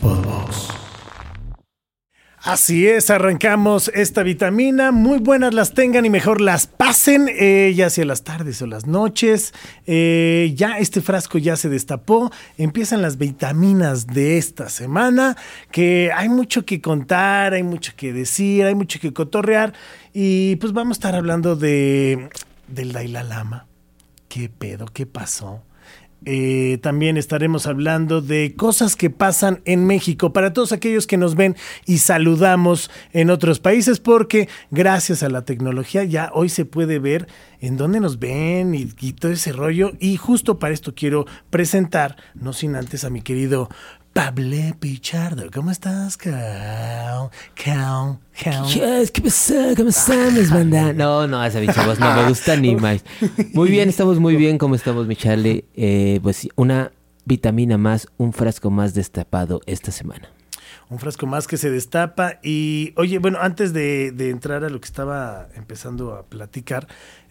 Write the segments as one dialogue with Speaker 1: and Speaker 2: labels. Speaker 1: Podbox.
Speaker 2: Así es, arrancamos esta vitamina. Muy buenas las tengan y mejor las pasen, eh, ya sea las tardes o las noches. Eh, ya este frasco ya se destapó. Empiezan las vitaminas de esta semana, que hay mucho que contar, hay mucho que decir, hay mucho que cotorrear. Y pues vamos a estar hablando de del Dalai Lama. ¿Qué pedo? ¿Qué pasó? Eh, también estaremos hablando de cosas que pasan en México para todos aquellos que nos ven y saludamos en otros países porque gracias a la tecnología ya hoy se puede ver en dónde nos ven y, y todo ese rollo y justo para esto quiero presentar, no sin antes a mi querido Pablo Pichardo, ¿cómo estás? Cal, cal, cal.
Speaker 3: Yes, ¿Qué pasa? ¿Cómo estamos, banda? No, no, esa bicha voz no me gusta ni más. Muy bien, estamos muy bien. ¿Cómo estamos, mi Charlie? Eh, pues sí, una vitamina más, un frasco más destapado esta semana.
Speaker 2: un frasco más que se destapa. Y oye, bueno, antes de, de entrar a lo que estaba empezando a platicar,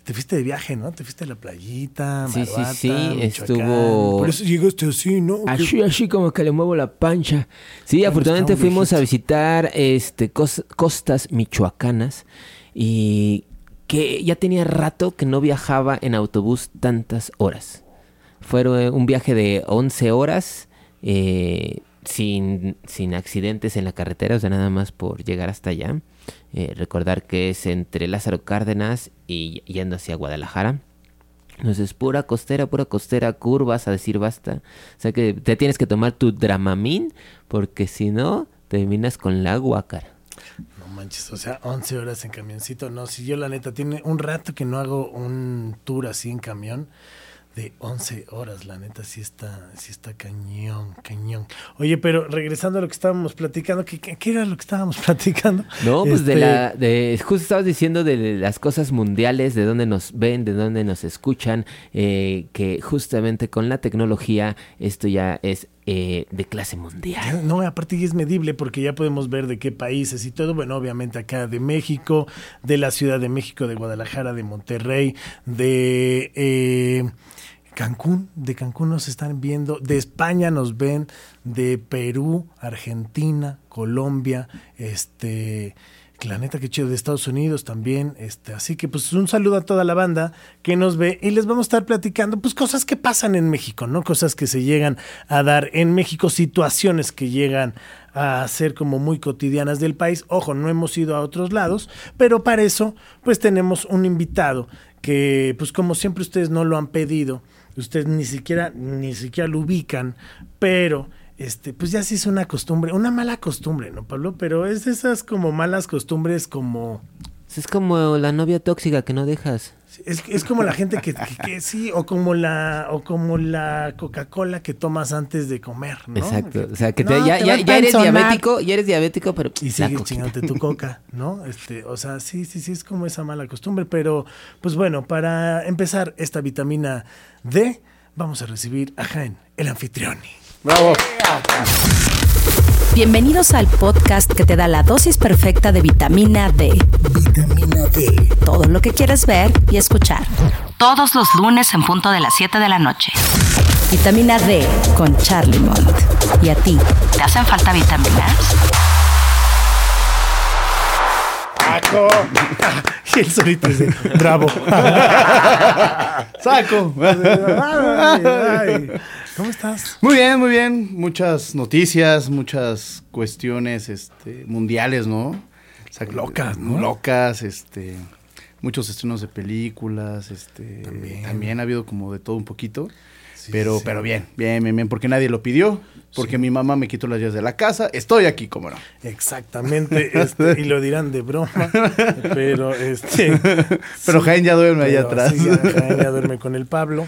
Speaker 2: te fuiste de viaje, ¿no? Te fuiste a la playita,
Speaker 3: Sí, sí,
Speaker 2: Marvata,
Speaker 3: sí,
Speaker 2: Michoacán.
Speaker 3: estuvo-
Speaker 2: Por eso llegaste así, ¿no?
Speaker 3: Así, así como que le muevo la pancha. Sí, afortunadamente
Speaker 2: está un
Speaker 3: fuimos
Speaker 2: viejito.
Speaker 3: a visitar este cos- costas michoacanas y que ya tenía rato que no viajaba en autobús tantas horas. Fueron un viaje de 11 horas eh, sin, sin accidentes en la carretera, o sea, nada más por llegar hasta allá. Eh, recordar que es entre Lázaro Cárdenas y yendo hacia Guadalajara. Entonces, pura costera, pura costera, curvas a decir basta. O sea que te tienes que tomar tu dramamín, porque si no, terminas con la guácara.
Speaker 2: No manches, o sea, 11 horas en camioncito. No, si yo la neta, tiene un rato que no hago un tour así en camión de 11 horas, la neta, sí está, sí está cañón, cañón. Oye, pero regresando a lo que estábamos platicando, ¿qué, qué- qué era lo que estábamos platicando?
Speaker 3: No, pues de
Speaker 2: Este,
Speaker 3: la. De, justo estabas diciendo de las cosas mundiales, de dónde nos ven, de dónde nos escuchan, eh, que justamente con la tecnología esto ya es eh, de clase mundial.
Speaker 2: Ya, No, aparte ya es medible porque ya podemos ver de qué países y todo. Bueno, obviamente acá de México, de la Ciudad de México, de Guadalajara, de Monterrey, de eh, Cancún, de Cancún nos están viendo, de España nos ven, de Perú, Argentina, Colombia, este... que La neta que chido de Estados Unidos también, este, así que pues un saludo a toda la banda que nos ve y les vamos a estar platicando pues cosas que pasan en México, ¿no? Cosas que se llegan a dar en México, situaciones que llegan a ser como muy cotidianas del país. Ojo, no hemos ido a otros lados, pero para eso pues tenemos un invitado que pues como siempre ustedes no lo han pedido, ustedes ni siquiera ni siquiera lo ubican, pero este, pues ya sí es una costumbre, una mala costumbre, ¿no, Pablo? Pero es de esas como malas costumbres como
Speaker 3: Es como la novia tóxica que no dejas.
Speaker 2: es, es como la gente que, que- que sí, o como la, o como la Coca-Cola que tomas antes de comer, ¿no?
Speaker 3: Exacto. O sea, que
Speaker 2: No,
Speaker 3: te- ya,
Speaker 2: te
Speaker 3: ya-
Speaker 2: va a
Speaker 3: ya eres
Speaker 2: empanzonar.
Speaker 3: diabético, ya eres diabético, pero.
Speaker 2: Y
Speaker 3: la
Speaker 2: sigues
Speaker 3: coquita.
Speaker 2: chingándote tu coca, ¿no? Este, o sea, sí, sí, sí, es como esa mala costumbre. Pero, pues bueno, para empezar esta vitamina D, vamos a recibir a Jaén, el anfitrión.
Speaker 4: Bravo.
Speaker 5: Bienvenidos al podcast que te da la dosis perfecta de vitamina D. Vitamina D. Todo lo que quieres ver y escuchar. Todos los lunes en punto de las 7 de la noche. Vitamina D con Charlie Mont. ¿Y a ti? ¿Te hacen falta vitaminas?
Speaker 2: Y él solito dice, bravo.
Speaker 4: Saco.
Speaker 2: Ay, ay. ¿Cómo estás?
Speaker 4: Muy bien, muy bien. Muchas noticias, muchas cuestiones este, mundiales, ¿no? O sea,
Speaker 2: Locas, ¿no?
Speaker 4: Locas, este. Muchos estrenos de películas, este. También, ha habido como de todo un poquito. pero,
Speaker 2: sí.
Speaker 4: pero bien, bien, bien, bien, porque nadie lo pidió, porque mi mamá me quitó las llaves de la casa, estoy aquí, como no.
Speaker 2: Exactamente, este, y lo dirán de broma, pero este.
Speaker 4: Pero Jaén ya duerme allá
Speaker 2: pero
Speaker 4: atrás.
Speaker 2: sí, ya, Jaén ya duerme con el Pablo,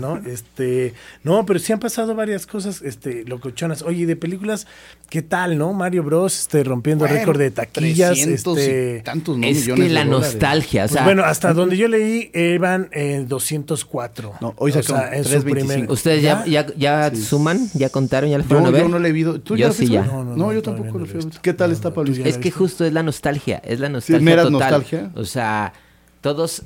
Speaker 2: ¿no? Este, no, pero sí han pasado varias cosas, este, locochonas. Oye, de películas, ¿qué tal, no? Mario Bros, este, rompiendo
Speaker 4: Bueno,
Speaker 2: récord de taquillas,
Speaker 4: 300 y
Speaker 2: este.
Speaker 4: tantos ¿no?
Speaker 3: Es
Speaker 4: millones
Speaker 3: que
Speaker 4: de
Speaker 3: la
Speaker 4: dólares.
Speaker 3: nostalgia, o
Speaker 2: pues
Speaker 3: sea.
Speaker 2: bueno, hasta donde yo leí eran eh, 204.
Speaker 4: No, hoy sacaron 325.
Speaker 3: ¿Ustedes ya, ya, ya suman? ¿Ya contaron? ¿Ya lo
Speaker 4: Yo,
Speaker 3: fueron a ver?
Speaker 4: yo no le he visto. ¿Tú
Speaker 3: Yo
Speaker 4: ya lo
Speaker 3: sí
Speaker 4: viste?
Speaker 3: ya.
Speaker 4: No,
Speaker 2: No, no, no,
Speaker 4: yo
Speaker 2: todavía
Speaker 4: tampoco
Speaker 2: no
Speaker 4: lo
Speaker 2: lo he
Speaker 4: fui a ver.
Speaker 2: visto.
Speaker 4: ¿Qué tal
Speaker 2: No,
Speaker 4: está,
Speaker 2: no,
Speaker 4: Pablo?
Speaker 2: tú ya
Speaker 3: Es que
Speaker 2: visto?
Speaker 3: justo es la nostalgia, es la nostalgia
Speaker 4: mera
Speaker 3: total.
Speaker 4: nostalgia.
Speaker 3: O sea, todos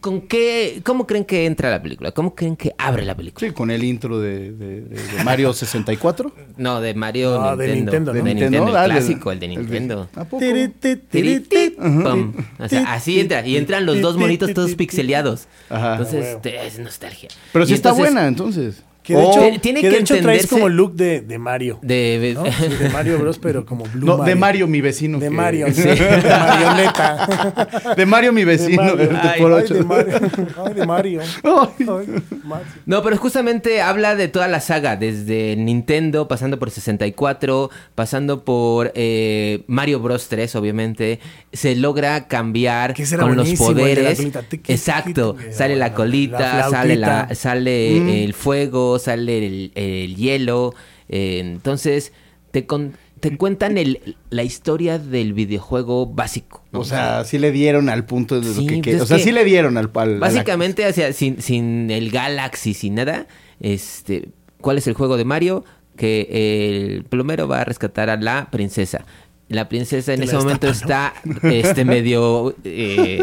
Speaker 3: ¿Con qué, ¿Cómo creen que entra la película? ¿Cómo creen que abre la película?
Speaker 4: Sí, con el intro de, de- de- de Mario 64.
Speaker 3: No, de Mario
Speaker 2: No, de Nintendo,
Speaker 3: Nintendo. De
Speaker 2: ¿no?
Speaker 3: Nintendo, el
Speaker 4: dale.
Speaker 3: clásico, el de
Speaker 4: de-
Speaker 3: Nintendo.
Speaker 4: ¿A poco?
Speaker 2: Tiri, ti, tiri,
Speaker 3: Tiri,
Speaker 2: ti.
Speaker 3: ti, pum. O sea, así entra. Y entran los dos monitos todos pixeleados.
Speaker 4: Ajá.
Speaker 3: Entonces,
Speaker 2: Huevo.
Speaker 3: te- es nostalgia.
Speaker 4: Pero
Speaker 3: Y
Speaker 4: sí está
Speaker 3: entonces,
Speaker 4: buena, entonces.
Speaker 2: Que de
Speaker 4: O-
Speaker 2: hecho,
Speaker 3: Ti- tiene
Speaker 2: que de
Speaker 3: que
Speaker 2: hecho traes
Speaker 3: entenderse-
Speaker 2: como look de, de Mario.
Speaker 3: De,
Speaker 2: ¿no? Sí, de Mario Bros, pero como Blue
Speaker 4: no, de Mario, mi vecino.
Speaker 2: De
Speaker 4: que-
Speaker 2: Mario, de marioneta.
Speaker 4: de Mario, mi vecino.
Speaker 2: Mario.
Speaker 4: el
Speaker 3: Ay,
Speaker 4: por
Speaker 2: Ay,
Speaker 4: ocho.
Speaker 2: de Mario. Ay, de Mario.
Speaker 4: Ay.
Speaker 2: Ay, Mario.
Speaker 3: No, pero justamente habla de toda la saga, desde Nintendo, pasando por 64, pasando por eh, Mario Bros 3, obviamente. Se logra cambiar
Speaker 2: Que ese era
Speaker 3: con los
Speaker 2: buenísimo, el de la
Speaker 3: poderes.
Speaker 2: colita, tiqui,
Speaker 3: Exacto.
Speaker 2: tiqui, tiqui.
Speaker 3: sale la
Speaker 2: La-
Speaker 3: colita,
Speaker 2: la
Speaker 3: sale la,
Speaker 2: flautita. Mm.
Speaker 3: sale el fuego, sale el, el hielo. eh, entonces, te con- te cuentan el, la historia del videojuego básico. ¿no?
Speaker 4: O sea, sí le dieron al punto de
Speaker 3: Sí,
Speaker 4: lo que,
Speaker 3: pues
Speaker 4: que
Speaker 3: es
Speaker 4: O sea,
Speaker 3: que-
Speaker 4: sí le dieron al. al- a la-
Speaker 3: Básicamente, o sea, sin, sin el Galaxy, sin nada, este, ¿cuál es el juego de Mario? Que el plomero va a rescatar a la princesa. La princesa en
Speaker 2: Te la
Speaker 3: ese momento está este, medio eh,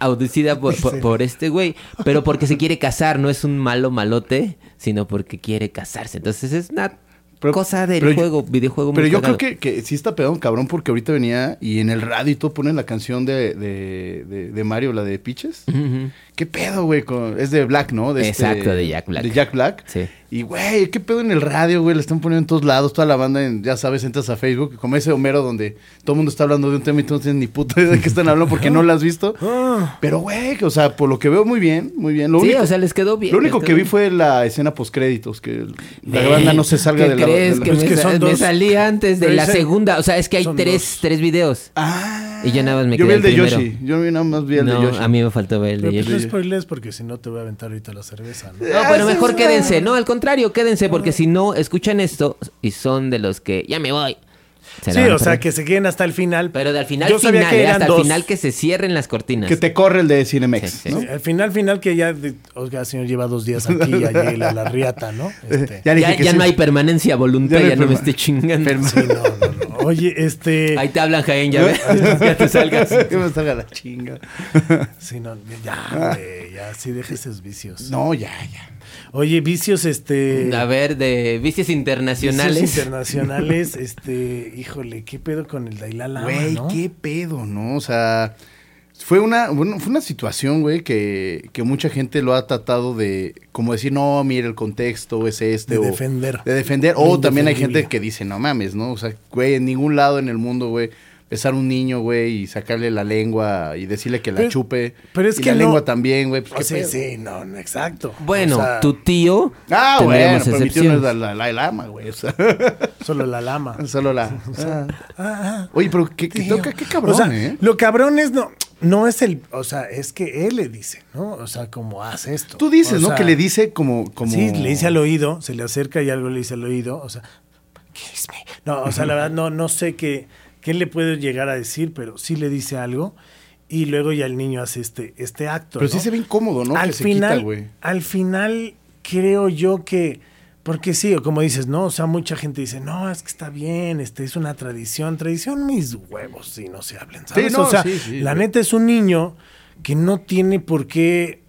Speaker 3: aducida por, por- por este güey, pero porque se quiere casar, no es un malo malote, sino porque quiere casarse. Entonces es una
Speaker 4: Pero-
Speaker 3: cosa del
Speaker 4: pero yo-
Speaker 3: juego, videojuego
Speaker 4: Pero
Speaker 3: muy
Speaker 4: yo
Speaker 3: cagado.
Speaker 4: creo que, que sí está pegado un cabrón porque ahorita venía y en el radio y todo ponen la canción de, de, de- de Mario, la de Piches.
Speaker 3: Ujú, ujú.
Speaker 4: ¿Qué pedo, güey? con- Es de Black, ¿no? De este
Speaker 3: Exacto, de Jack Black.
Speaker 4: De Jack Black.
Speaker 3: Sí.
Speaker 4: Y, güey, ¿qué pedo en el radio, güey? Le están poniendo en todos lados, toda la banda, en- ya sabes, entras a Facebook, como ese Homero donde todo el mundo está hablando de un tema y tú no tienes ni puta idea de qué están hablando porque no lo has visto. Pero, güey, que, o sea, por lo que veo, muy bien, muy bien. Lo
Speaker 3: Ah. Sí,
Speaker 4: único,
Speaker 3: o sea, les quedó bien.
Speaker 4: lo único
Speaker 3: les
Speaker 4: que
Speaker 3: quedó
Speaker 4: vi
Speaker 3: bien.
Speaker 4: fue la escena postcréditos, que el- la
Speaker 3: Ey,
Speaker 4: banda no se salga
Speaker 3: ¿qué
Speaker 4: de la... de
Speaker 3: crees
Speaker 4: la-
Speaker 3: que
Speaker 2: Pues
Speaker 3: me,
Speaker 2: que
Speaker 3: sa-
Speaker 2: son
Speaker 3: me
Speaker 2: dos.
Speaker 3: salí antes de
Speaker 2: Pero
Speaker 3: la
Speaker 2: ese-
Speaker 3: segunda? O sea, es que hay
Speaker 2: son
Speaker 3: tres,
Speaker 2: dos.
Speaker 3: tres videos.
Speaker 4: Ah.
Speaker 3: Y yo nada más me
Speaker 4: Yo vi
Speaker 3: quedé
Speaker 4: el de
Speaker 3: el primero.
Speaker 4: Yoshi. Yo vi nada más vi el de
Speaker 3: no,
Speaker 4: Yoshi.
Speaker 3: a mí me faltó ver el
Speaker 2: Pero
Speaker 3: de
Speaker 2: pues no
Speaker 3: Yoshi.
Speaker 2: spoilees porque si no te voy a aventar ahorita la cerveza. ¿no?
Speaker 3: No, pero mejor quédense. No, al contrario, quédense porque si no, escuchan esto y son de los que ya me voy. Se la
Speaker 2: Sí,
Speaker 3: van a
Speaker 2: o sea,
Speaker 3: perder.
Speaker 2: que se queden hasta el final.
Speaker 3: Pero de al final,
Speaker 2: Yo sabía
Speaker 3: final,
Speaker 2: que
Speaker 3: eh,
Speaker 2: eran
Speaker 3: hasta
Speaker 2: dos.
Speaker 3: el final que se cierren las cortinas.
Speaker 4: Que te corre el de Cinemex,
Speaker 3: Sí, sí.
Speaker 4: ¿no?
Speaker 2: Sí, al final, final que ya, de- oiga, señor, lleva dos días aquí, ya llegué a la riata, ¿no? Este,
Speaker 4: le
Speaker 3: Ya,
Speaker 4: dije que
Speaker 3: ya
Speaker 4: sí.
Speaker 3: no hay permanencia voluntaria,
Speaker 4: Ya
Speaker 3: ya
Speaker 4: no
Speaker 3: no, me
Speaker 4: hay perma-
Speaker 3: esté chingando.
Speaker 2: sí, no, no, no. Oye, este...
Speaker 3: Ahí te hablan, Jaén, ya ves. ya te salgas.
Speaker 4: Que me salga la chinga.
Speaker 2: Sí, no, ya, güey, ya, sí, deja esos vicios.
Speaker 4: Ah. No, ya, ya.
Speaker 2: Oye, vicios, este...
Speaker 3: A ver, de vicios internacionales.
Speaker 2: Vicios internacionales, este, híjole, ¿qué pedo con el Dalai Lama,
Speaker 4: Güey,
Speaker 2: no?
Speaker 4: qué pedo, ¿no? O sea, fue una, bueno, fue una situación, güey, que, que mucha gente lo ha tratado de, como decir, no, mira, el contexto es este.
Speaker 2: De
Speaker 4: o-
Speaker 2: defender.
Speaker 4: De defender. O también hay gente
Speaker 2: Indefendible.
Speaker 4: que dice, no mames, ¿no? O sea, güey, en ningún lado en el mundo, güey, besar a un niño, güey, y sacarle la lengua y decirle que la
Speaker 2: Pero-
Speaker 4: chupe.
Speaker 2: pero es
Speaker 4: y
Speaker 2: que
Speaker 4: la
Speaker 2: no-
Speaker 4: lengua también, güey. pues,
Speaker 2: O
Speaker 4: qué
Speaker 2: sea,
Speaker 4: pedo.
Speaker 2: sí, no, no, exacto.
Speaker 3: Bueno,
Speaker 2: O sea,
Speaker 3: tu tío.
Speaker 4: Ah, bueno,
Speaker 3: tendríamos
Speaker 4: pero mi tío no es
Speaker 3: excepciones.
Speaker 4: la, la, la lama, güey. O sea,
Speaker 2: Solo la lama.
Speaker 4: solo la.
Speaker 2: Ah, ah,
Speaker 4: Oye, pero qué, qué,
Speaker 2: tío.
Speaker 4: qué- qué cabrón,
Speaker 2: O sea,
Speaker 4: ¿eh?
Speaker 2: Lo cabrón es no, no es el, o sea, es que él le dice, ¿no? O sea, como haz esto.
Speaker 4: Tú dices,
Speaker 2: O
Speaker 4: ¿no?
Speaker 2: sea,
Speaker 4: que le dice como, como.
Speaker 2: Sí, le dice al oído, se le acerca y algo le dice al oído, o sea, kiss me. No, o sea, la verdad, no, no sé qué, qué le puedo llegar a decir, pero sí le dice algo y luego ya el niño hace este, este acto.
Speaker 4: Pero
Speaker 2: ¿no?
Speaker 4: sí se ve incómodo, ¿no?
Speaker 2: al
Speaker 4: que se
Speaker 2: final,
Speaker 4: quita, güey.
Speaker 2: al final creo yo que porque sí, o como dices, no, o sea, mucha gente dice, no, es que está bien, este es una tradición, tradición mis huevos, si no se hablen, ¿sabes?
Speaker 4: no,
Speaker 2: o sea,
Speaker 4: sí, sí,
Speaker 2: la
Speaker 4: güey.
Speaker 2: neta es un niño que no tiene por qué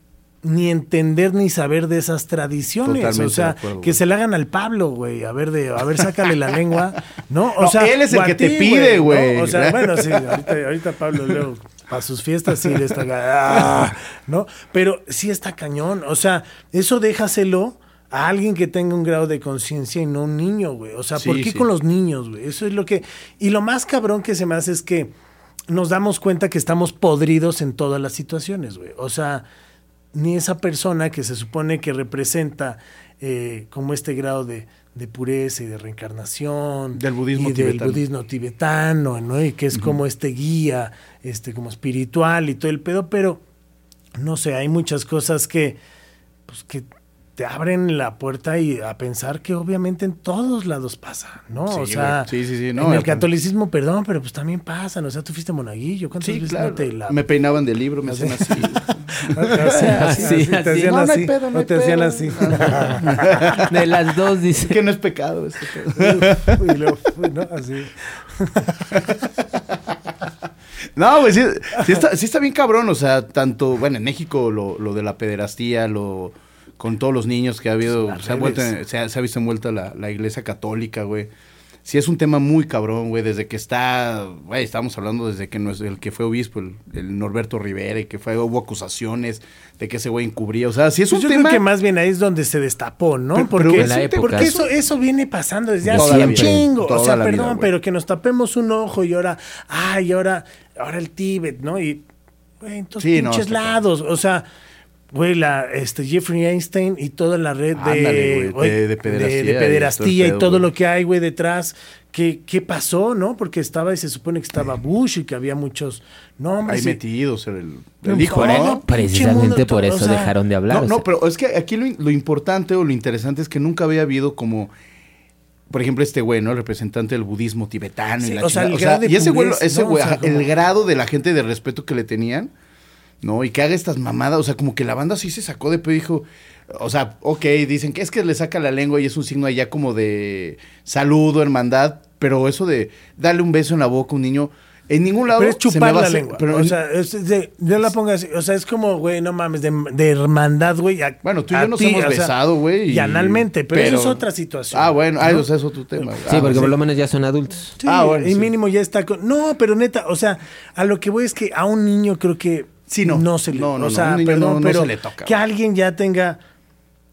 Speaker 2: ni entender ni saber de esas tradiciones,
Speaker 4: Totalmente
Speaker 2: o sea,
Speaker 4: de acuerdo,
Speaker 2: que
Speaker 4: güey.
Speaker 2: se la hagan al Pablo, güey, a ver de, a ver, sácale la lengua, ¿no? O
Speaker 4: No,
Speaker 2: sea,
Speaker 4: él es el
Speaker 2: o a
Speaker 4: que te
Speaker 2: ti,
Speaker 4: pide, güey.
Speaker 2: ¿no? O sea, bueno, sí, ahorita, ahorita Pablo luego para sus fiestas sí le está ah, ¿no? Pero sí está cañón, o sea, eso déjaselo a alguien que tenga un grado de conciencia y no un niño, güey. O sea,
Speaker 4: Sí,
Speaker 2: ¿por qué
Speaker 4: sí.
Speaker 2: con los niños, güey? Eso es lo que y lo más cabrón que se me hace es que nos damos cuenta que estamos podridos en todas las situaciones, güey. O sea, ni esa persona que se supone que representa eh, como este grado de, de pureza y de reencarnación.
Speaker 4: Del budismo
Speaker 2: y
Speaker 4: tibetano.
Speaker 2: Del budismo tibetano, ¿no? Y que es como este guía, este, como espiritual y todo el pedo, pero no sé, hay muchas cosas que, pues, que te abren la puerta y a pensar que obviamente en todos lados pasa, ¿no?
Speaker 4: Sí,
Speaker 2: o sea,
Speaker 4: güey. Sí, sí, sí,
Speaker 2: en
Speaker 4: no,
Speaker 2: el
Speaker 4: aparte-
Speaker 2: catolicismo, perdón, pero pues también pasan, o sea, tú fuiste monaguillo, ¿cuántas
Speaker 4: Sí,
Speaker 2: veces
Speaker 4: claro.
Speaker 2: no te la
Speaker 4: Me peinaban del libro, me hacían así.
Speaker 3: así, así, te hacían
Speaker 4: No, no hay así, pedo, no no hay te hacían pedo. así.
Speaker 3: De las dos, dice.
Speaker 4: que no es pecado este pedo.
Speaker 2: y luego, fui, ¿no? Así.
Speaker 4: No, güey, sí, sí está, sí está bien cabrón. O sea, tanto, bueno, en México lo, lo de la pederastía, lo con todos los niños que ha habido,
Speaker 2: Las
Speaker 4: se ha, vuelto-
Speaker 2: redes.
Speaker 4: se ha- se ha visto envuelta la, la iglesia católica, güey. Sí es un tema muy cabrón, güey, desde que está, güey, estábamos hablando desde que no es el que fue obispo, el, el Norberto Rivera, y que fue, hubo acusaciones de que ese güey encubría, o sea, sí es
Speaker 2: Pues
Speaker 4: un
Speaker 2: yo
Speaker 4: tema...
Speaker 2: creo que más bien ahí es donde se destapó, ¿no?
Speaker 4: Pero-
Speaker 2: porque
Speaker 4: pero
Speaker 3: en la época.
Speaker 2: porque eso, eso viene pasando desde hace
Speaker 4: Toda
Speaker 2: un
Speaker 4: la vida.
Speaker 2: chingo.
Speaker 4: Toda
Speaker 2: o sea,
Speaker 4: la vida,
Speaker 2: perdón,
Speaker 4: güey.
Speaker 2: pero que nos tapemos un ojo y ahora, ay, ahora, ahora el Tíbet, ¿no? Y, güey, entonces
Speaker 4: Sí, no,
Speaker 2: pinches
Speaker 4: está cabrón.
Speaker 2: lados. O sea, güey, la, este, Jeffrey Einstein y toda la red de,
Speaker 4: Ándale, güey, de- de pederastía
Speaker 2: de- de
Speaker 4: y
Speaker 2: pederastía
Speaker 4: todo el
Speaker 2: y
Speaker 4: pedo,
Speaker 2: todo
Speaker 4: güey.
Speaker 2: lo que hay, güey, detrás. ¿Qué, ¿Qué pasó, no? Porque estaba y se supone que estaba Bush y que había muchos
Speaker 4: Ahí
Speaker 2: nombres. y-
Speaker 4: metidos en el,
Speaker 2: Pero
Speaker 4: el hijo,
Speaker 2: por
Speaker 4: ¿no?
Speaker 2: eso-
Speaker 3: Precisamente
Speaker 2: mundo,
Speaker 3: por
Speaker 2: o
Speaker 3: eso
Speaker 2: sea,
Speaker 3: dejaron de hablar.
Speaker 4: No,
Speaker 3: o
Speaker 4: no,
Speaker 3: sea,
Speaker 4: pero es que aquí lo, lo importante o lo interesante es que nunca había habido como, por ejemplo, este güey, ¿no? El representante del budismo tibetano
Speaker 2: Sí,
Speaker 4: y la
Speaker 2: o sea,
Speaker 4: chingada.
Speaker 2: el grado de
Speaker 4: y ese güey,
Speaker 2: pureza,
Speaker 4: ese
Speaker 2: ¿no? O
Speaker 4: güey,
Speaker 2: sea,
Speaker 4: ajá,
Speaker 2: como-
Speaker 4: el grado de la gente de respeto que le tenían, ¿no? Y que haga estas mamadas, o sea, como que la banda sí se sacó de pedo y dijo, o sea, ok, dicen que es que le saca la lengua y es un signo allá como de saludo, hermandad, pero eso de darle un beso en la boca a un niño, en ningún lado
Speaker 2: Pero es
Speaker 4: se me
Speaker 2: chupar
Speaker 4: va a
Speaker 2: la
Speaker 4: hacer-
Speaker 2: lengua.
Speaker 4: pero
Speaker 2: o
Speaker 4: en-
Speaker 2: sea, es de- yo la pongo así. O sea, es como, güey, no mames, de, de hermandad, güey. a-
Speaker 4: Bueno, tú y
Speaker 2: a
Speaker 4: yo nos
Speaker 2: ti,
Speaker 4: hemos
Speaker 2: o sea,
Speaker 4: besado, güey.
Speaker 2: Y analmente, pero, eso es otra situación.
Speaker 4: Ah, bueno, ah,
Speaker 2: ¿no?
Speaker 4: o sea, es otro tema.
Speaker 3: sí,
Speaker 4: Ah,
Speaker 3: porque por lo menos ya son adultos.
Speaker 2: Sí,
Speaker 4: Ah, bueno,
Speaker 2: y
Speaker 4: sí.
Speaker 2: mínimo ya está con... No, pero neta, o sea, a lo que voy es que a un niño creo que...
Speaker 4: Sí, no.
Speaker 2: se le...
Speaker 4: No, no,
Speaker 2: o
Speaker 4: no,
Speaker 2: sea,
Speaker 4: un niño
Speaker 2: perdón,
Speaker 4: no- no
Speaker 2: pero
Speaker 4: se le toca,
Speaker 2: que
Speaker 4: güey.
Speaker 2: alguien ya tenga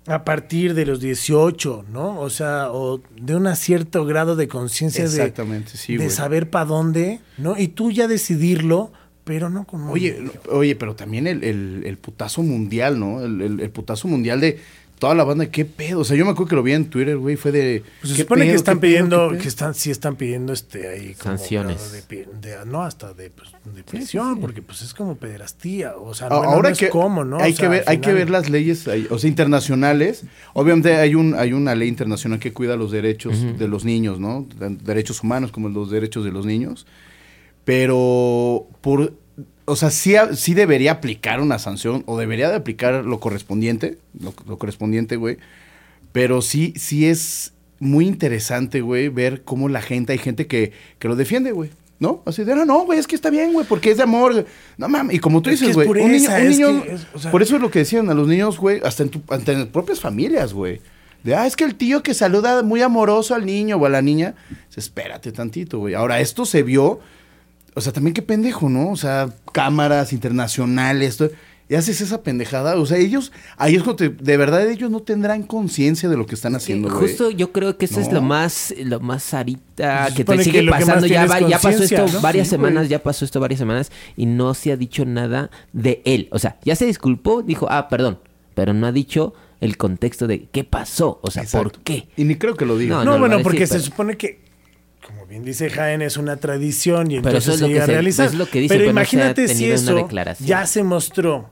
Speaker 2: a partir de los 18, ¿no? O sea, o de un cierto grado de conciencia de...
Speaker 4: Exactamente, sí,
Speaker 2: De
Speaker 4: güey.
Speaker 2: saber para dónde, ¿no? Y tú ya decidirlo, pero no con... un
Speaker 4: Oye,
Speaker 2: niño.
Speaker 4: no, oye, pero también el, el- el putazo mundial, ¿no? El, el- el putazo mundial de toda la banda, qué pedo. O sea, yo me acuerdo que lo vi en Twitter, güey, fue de.
Speaker 2: Pues se
Speaker 4: ¿qué
Speaker 2: supone
Speaker 4: pedo,
Speaker 2: que
Speaker 4: qué
Speaker 2: están
Speaker 4: pedo,
Speaker 2: pidiendo,
Speaker 4: qué pedo?
Speaker 2: que están, sí están pidiendo este ahí como
Speaker 3: Sanciones.
Speaker 2: grado de pi- de- no, hasta de, pues, de prisión, porque pues es como pederastía. O sea,
Speaker 4: A-
Speaker 2: bueno,
Speaker 4: Ahora
Speaker 2: no es
Speaker 4: que
Speaker 2: como, ¿no?
Speaker 4: hay
Speaker 2: O
Speaker 4: que
Speaker 2: sea,
Speaker 4: ver,
Speaker 2: al
Speaker 4: hay que
Speaker 2: final-
Speaker 4: ver las leyes, ahí, o sea, internacionales. Obviamente hay un hay una ley internacional que cuida los derechos de los niños, ¿no? Tan- Derechos humanos como los derechos de los niños. Pero por o sea, sí, ha- sí debería aplicar una sanción o debería de aplicar lo correspondiente, lo, lo correspondiente, güey. Pero sí sí es muy interesante, güey, ver cómo la gente hay gente que, que lo defiende, güey. ¿No? Así de, no, no, güey, es que está bien, güey, porque es de amor. güey". No mames, y como tú
Speaker 2: Es que
Speaker 4: dices,
Speaker 2: es
Speaker 4: güey, un niño,
Speaker 2: pureza,
Speaker 4: un
Speaker 2: es
Speaker 4: niño-
Speaker 2: que es- o sea-
Speaker 4: por eso es lo que decían a los niños, güey, hasta en, tu, hasta en las propias familias, güey. De, ah, es que el tío que saluda muy amoroso al niño o a la niña, dices, espérate tantito, güey. Ahora, esto se vio, o sea, también qué pendejo, ¿no? O sea, cámaras internacionales, todo, y haces esa pendejada, o sea, ellos, ahí es cuando te- de verdad ellos no tendrán conciencia de lo que están haciendo, güey.
Speaker 3: Justo yo creo que eso es
Speaker 4: No.
Speaker 3: lo más, lo más ahorita
Speaker 2: Se
Speaker 3: que
Speaker 2: supone
Speaker 3: te sigue
Speaker 2: que lo que más
Speaker 3: pasando. Ya,
Speaker 2: tienes
Speaker 3: va- ya pasó
Speaker 2: conciencia,
Speaker 3: esto
Speaker 2: ¿no?
Speaker 3: varias
Speaker 2: Sí,
Speaker 3: semanas,
Speaker 2: güey.
Speaker 3: ya pasó esto varias semanas y no se ha dicho nada de él. O sea, ya se disculpó, dijo, ah, perdón, pero no ha dicho el contexto de qué pasó, o sea,
Speaker 4: Exacto.
Speaker 3: por qué.
Speaker 4: Y ni creo que lo digan.
Speaker 2: No,
Speaker 3: No, no lo va a
Speaker 2: bueno,
Speaker 3: decir,
Speaker 2: porque se
Speaker 3: pero-
Speaker 2: supone que, como bien dice Jaén, es una tradición y
Speaker 3: Pero
Speaker 2: entonces
Speaker 3: eso es
Speaker 2: se
Speaker 3: lo que
Speaker 2: llega a
Speaker 3: se- pues,
Speaker 2: realizar.
Speaker 3: es lo que dice,
Speaker 2: pero
Speaker 3: pero no se ha
Speaker 2: imagínate si
Speaker 3: tenido una
Speaker 2: eso
Speaker 3: declaración.
Speaker 2: ya se mostró